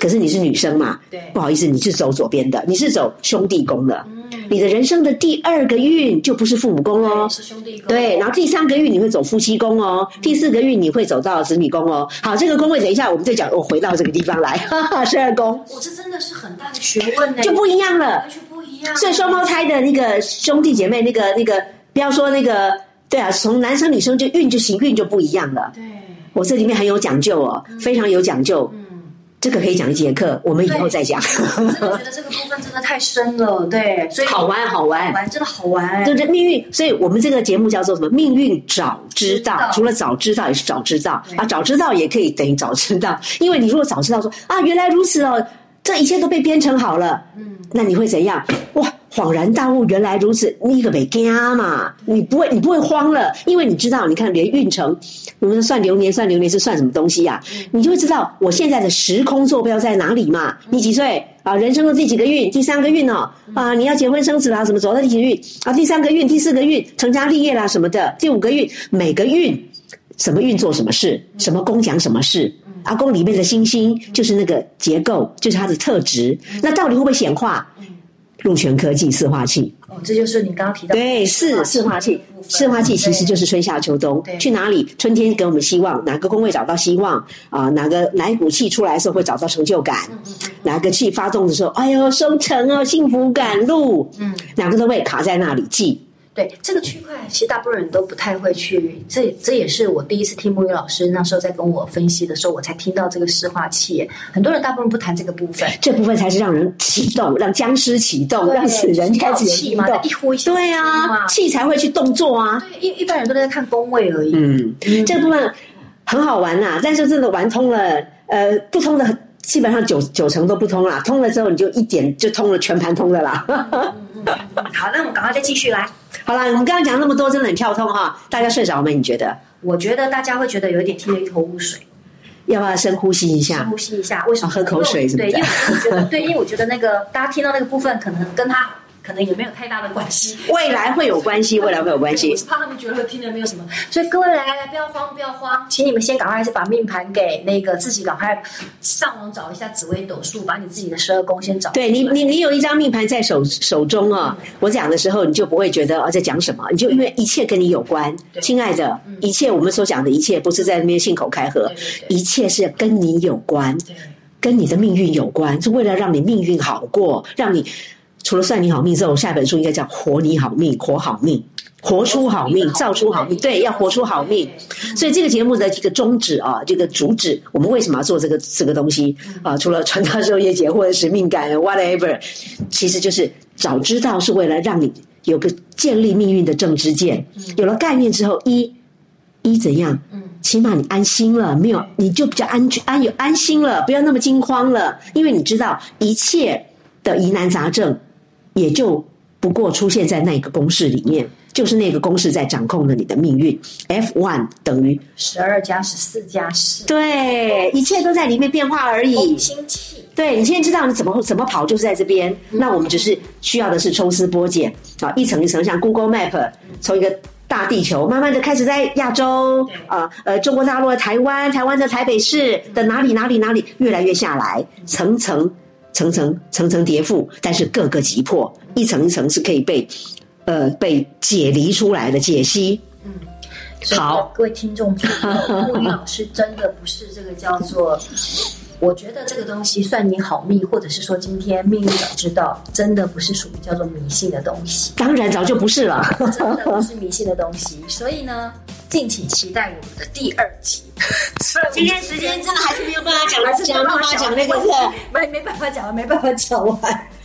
[SPEAKER 2] 可是你是女生嘛，
[SPEAKER 1] 对
[SPEAKER 2] 不，好意思，你是走左边的，你是走兄弟宫的，
[SPEAKER 1] 嗯，
[SPEAKER 2] 你的人生的第二个运就不是父母宫喽
[SPEAKER 1] 对，是兄弟宫，
[SPEAKER 2] 对，然后第三个运你会走夫妻宫哦，第四个运你会走到子女宫哦。好，这个宫位等一下我们再讲，我回到这个地方来，哈哈，十二宫
[SPEAKER 1] 我这真的是很大的学问呢，
[SPEAKER 2] 就不一样了
[SPEAKER 1] 完。全不一样，啊
[SPEAKER 2] 所以双胞胎的那个兄弟姐妹，那个那个，不要说那个，对啊，从男生女生就运就行运就不一样了。
[SPEAKER 1] 对，
[SPEAKER 2] 我这里面很有讲究哦，非常有讲究，
[SPEAKER 1] 嗯。
[SPEAKER 2] 这个可以讲一节课，我们以后再讲。
[SPEAKER 1] 我真的觉得这个部分真的太深了，对，所以
[SPEAKER 2] 好玩好
[SPEAKER 1] 好
[SPEAKER 2] 玩，
[SPEAKER 1] 玩真的好玩，
[SPEAKER 2] 对不对？命运，所以我们这个节目叫做什么？命运早知道
[SPEAKER 1] 知道，
[SPEAKER 2] 除了早知道也是早知道
[SPEAKER 1] 对
[SPEAKER 2] 啊，早知道也可以等于早知道，因为你如果早知道说啊，原来如此哦，这一切都被编程好了，
[SPEAKER 1] 嗯，
[SPEAKER 2] 那你会怎样？哇，恍然大悟，原来如此，你可没惊嘛，你不会，你不会慌了，因为你知道，你看连运程，我们算流年，算流年是算什么东西呀、你就会知道我现在的时空坐标在哪里嘛。你几岁啊？人生的第几个运？第三个运哦，啊，你要结婚生子啦，什么走到第几个运啊？第三个运，第四个运，成家立业啦什么的，第五个运，每个运什么运做什么事，什么宫讲什么事。阿宫里面的星星就是那个结构，就是它的特质。那到底会不会显化？陆泉科技四化器，
[SPEAKER 1] 嗯哦，这就是你刚刚提到的
[SPEAKER 2] 对，
[SPEAKER 1] 化器
[SPEAKER 2] 四四化器
[SPEAKER 1] 的部，分
[SPEAKER 2] 四化器其实
[SPEAKER 1] 对
[SPEAKER 2] 就是春夏秋冬
[SPEAKER 1] 对。
[SPEAKER 2] 去哪里？春天给我们希望，哪个宫位找到希望啊、哪个哪一股气出来的时候会找到成就感？
[SPEAKER 1] 嗯
[SPEAKER 2] 哪个气发动的时候，哎呦，收成哦，幸福感路。
[SPEAKER 1] 嗯，
[SPEAKER 2] 两个都会卡在那里记。
[SPEAKER 1] 对这个区块，其实大部分人都不太会去。这这也是我第一次听木鱼老师那时候在跟我分析的时候，我才听到这个湿化器。很多人大部分不谈这个部分，
[SPEAKER 2] 这部分才是让人启动，让僵尸启动，
[SPEAKER 1] 对
[SPEAKER 2] 让死人开始有
[SPEAKER 1] 气
[SPEAKER 2] 运
[SPEAKER 1] 嘛
[SPEAKER 2] 动，。
[SPEAKER 1] 一呼一吸
[SPEAKER 2] 对啊，
[SPEAKER 1] 嘛
[SPEAKER 2] 气才会去动作啊。
[SPEAKER 1] 对一一般人都在看宫位而已。
[SPEAKER 2] 嗯，这部分很好玩呐、但是真的玩通了，呃，不通的基本上九九成都不通啦，通了之后你就一点就通了，全盘通了啦。
[SPEAKER 1] 好，那我们赶快再继续来。
[SPEAKER 2] 好啦，我们刚刚讲那么多，真的很跳通哈，大家睡着没？你觉得？
[SPEAKER 1] 我觉得大家会觉得有一点听得一头雾水，
[SPEAKER 2] 要不要深呼吸一
[SPEAKER 1] 深
[SPEAKER 2] 下？
[SPEAKER 1] 呼吸一下，为什么？
[SPEAKER 2] 啊喝口水
[SPEAKER 1] 因为我
[SPEAKER 2] 什
[SPEAKER 1] 对，
[SPEAKER 2] 么
[SPEAKER 1] 因
[SPEAKER 2] 的
[SPEAKER 1] 为我觉得，对，因为我觉得那个大家听到那个部分，可能跟他可能也没有太大的关系。
[SPEAKER 2] 未来会有关系，未来会有关
[SPEAKER 1] 对
[SPEAKER 2] 系
[SPEAKER 1] 我。是怕他们觉得听了没有什么，所以各位来来来，不要慌，不要慌，请你们先赶快还是把命盘给那个自己赶快上网找一下紫微斗数，把你自己的十二宫先找。
[SPEAKER 2] 对你，你你有一张命盘在手手中啊、我讲的时候你就不会觉得哦在讲什么，你就因为一切跟你有关，
[SPEAKER 1] 对嗯
[SPEAKER 2] 亲爱的，一切我们所讲的一切不是在那边信口开河
[SPEAKER 1] 对，对对
[SPEAKER 2] 一切是跟你有关，
[SPEAKER 1] 对
[SPEAKER 2] 跟你的命运有关，是为了让你命运好过，让你除了算你好命之后，下一本书应该叫活你好命，活好命。活出好命，造出好命，对，要活出好命。所以这个节目的这个宗旨啊，这个主旨，我们为什么要做这个这个东西啊？除了传达授业解惑、使命感，whatever，其实就是早知道是为了让你有个建立命运的正知见。有了概念之后，一一怎样？
[SPEAKER 1] 嗯
[SPEAKER 2] 起码你安心了，没有你就比较安全、安有安心了，不要那么惊慌了，因为你知道一切的疑难杂症也就不过出现在那个公式里面，就是那个公式在掌控着你的命运。F one 等于
[SPEAKER 1] 十二加十四加十，
[SPEAKER 2] 对，一切都在里面变化而已
[SPEAKER 1] 空。心气。
[SPEAKER 2] 对你现在知道你怎么怎么跑，就是在这边。那我们只是需要的是抽丝剥茧啊，一层一层，像 Google Map 从一个大地球慢慢的开始在亚洲啊，呃，中国大陆的台湾，台湾的台北市的哪里哪里哪里，越来越下来，层层层层层层叠覆，但是各个击破，一层一层是可以被呃被解离出来的解析。
[SPEAKER 1] 嗯所以
[SPEAKER 2] 好，
[SPEAKER 1] 各位听众朋友，木鱼老师真的不是这个叫 做。我觉得这个东西算你好命，或者是说今天命运早知道，真的不是属于叫做迷信的东西。
[SPEAKER 2] 当然早就不是了，
[SPEAKER 1] 真的不是迷信的东西。所以呢，敬请期待我们的第二集。今天时间
[SPEAKER 2] 真的还是没有办法讲
[SPEAKER 1] 还是
[SPEAKER 2] 讲办法讲那个是。
[SPEAKER 1] 没没办法讲了，没办法讲完。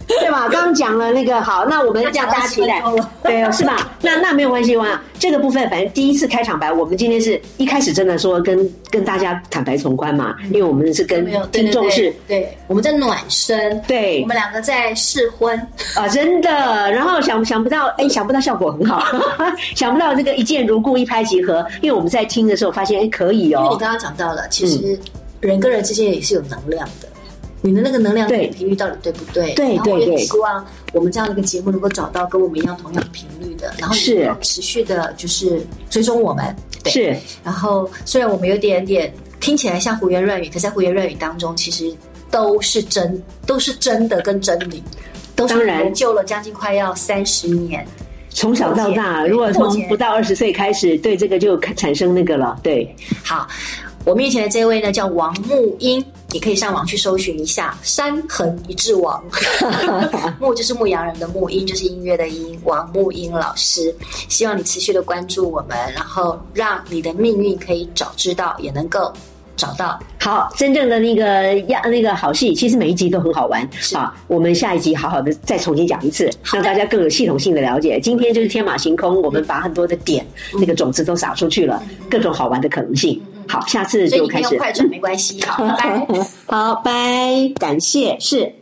[SPEAKER 2] 对 吧？刚刚讲了那个，好，那我们这样大家期待
[SPEAKER 1] 那讲了十分钟了，
[SPEAKER 2] 对，是 吧？那那没有关系哇。这个部分反正第一次开场白，我们今天是一开始真的说跟跟大家坦白从宽嘛，因为我们是跟
[SPEAKER 1] 嗯没有对
[SPEAKER 2] 听
[SPEAKER 1] 对
[SPEAKER 2] 众
[SPEAKER 1] 对
[SPEAKER 2] 是，
[SPEAKER 1] 对，我们在暖身，
[SPEAKER 2] 对
[SPEAKER 1] 我们两个在试婚，
[SPEAKER 2] 啊，真的。然后想想不到，哎，想不到效果很好， 想不到这个一见如故，一拍即合。因为我们在听的时候发现，哎，可以
[SPEAKER 1] 因为你
[SPEAKER 2] 哦。
[SPEAKER 1] 刚刚讲到了，其实人跟人之间也是有能量的。你的那个能量
[SPEAKER 2] 对
[SPEAKER 1] 频率到底对不对？
[SPEAKER 2] 对
[SPEAKER 1] 然后我
[SPEAKER 2] 对
[SPEAKER 1] 也
[SPEAKER 2] 对
[SPEAKER 1] 希望我们这样的一个节目能够找到跟我们一样同样频率的，然后也
[SPEAKER 2] 是
[SPEAKER 1] 持续的，就是追踪我们。对
[SPEAKER 2] 是，
[SPEAKER 1] 然后虽然我们有点点听起来像胡言乱语，可在胡言乱语当中，其实都是真，都是真的跟真理，都
[SPEAKER 2] 当
[SPEAKER 1] 是
[SPEAKER 2] 然
[SPEAKER 1] 研究了将近快要三十年。
[SPEAKER 2] 从小到大，如果
[SPEAKER 1] 破
[SPEAKER 2] 从
[SPEAKER 1] 解
[SPEAKER 2] 不到二十岁开始，对这个就产生那个了，对，
[SPEAKER 1] 好，我面前的这位呢叫王木英，你可以上网去搜寻一下“山横一致 王”， 木就是牧羊人的木，音就是音乐的音，王木英老师。希望你持续的关注我们，然后让你的命运可以早知道，也能够找到。
[SPEAKER 2] 好，真正的那个呀，那个好戏，其实每一集都很好玩
[SPEAKER 1] 是
[SPEAKER 2] 啊。我们下一集好好的再重新讲一次，
[SPEAKER 1] 好的
[SPEAKER 2] 让大家更有系统性的了解。今天就是天马行空，我们把很多的点、那个种子都撒出去了，各种好玩的可能性。好，下次
[SPEAKER 1] 嗯所以
[SPEAKER 2] 就
[SPEAKER 1] 你可
[SPEAKER 2] 开
[SPEAKER 1] 以
[SPEAKER 2] 始
[SPEAKER 1] 用。快转没关系，好，拜拜。
[SPEAKER 2] 好，拜，感谢是。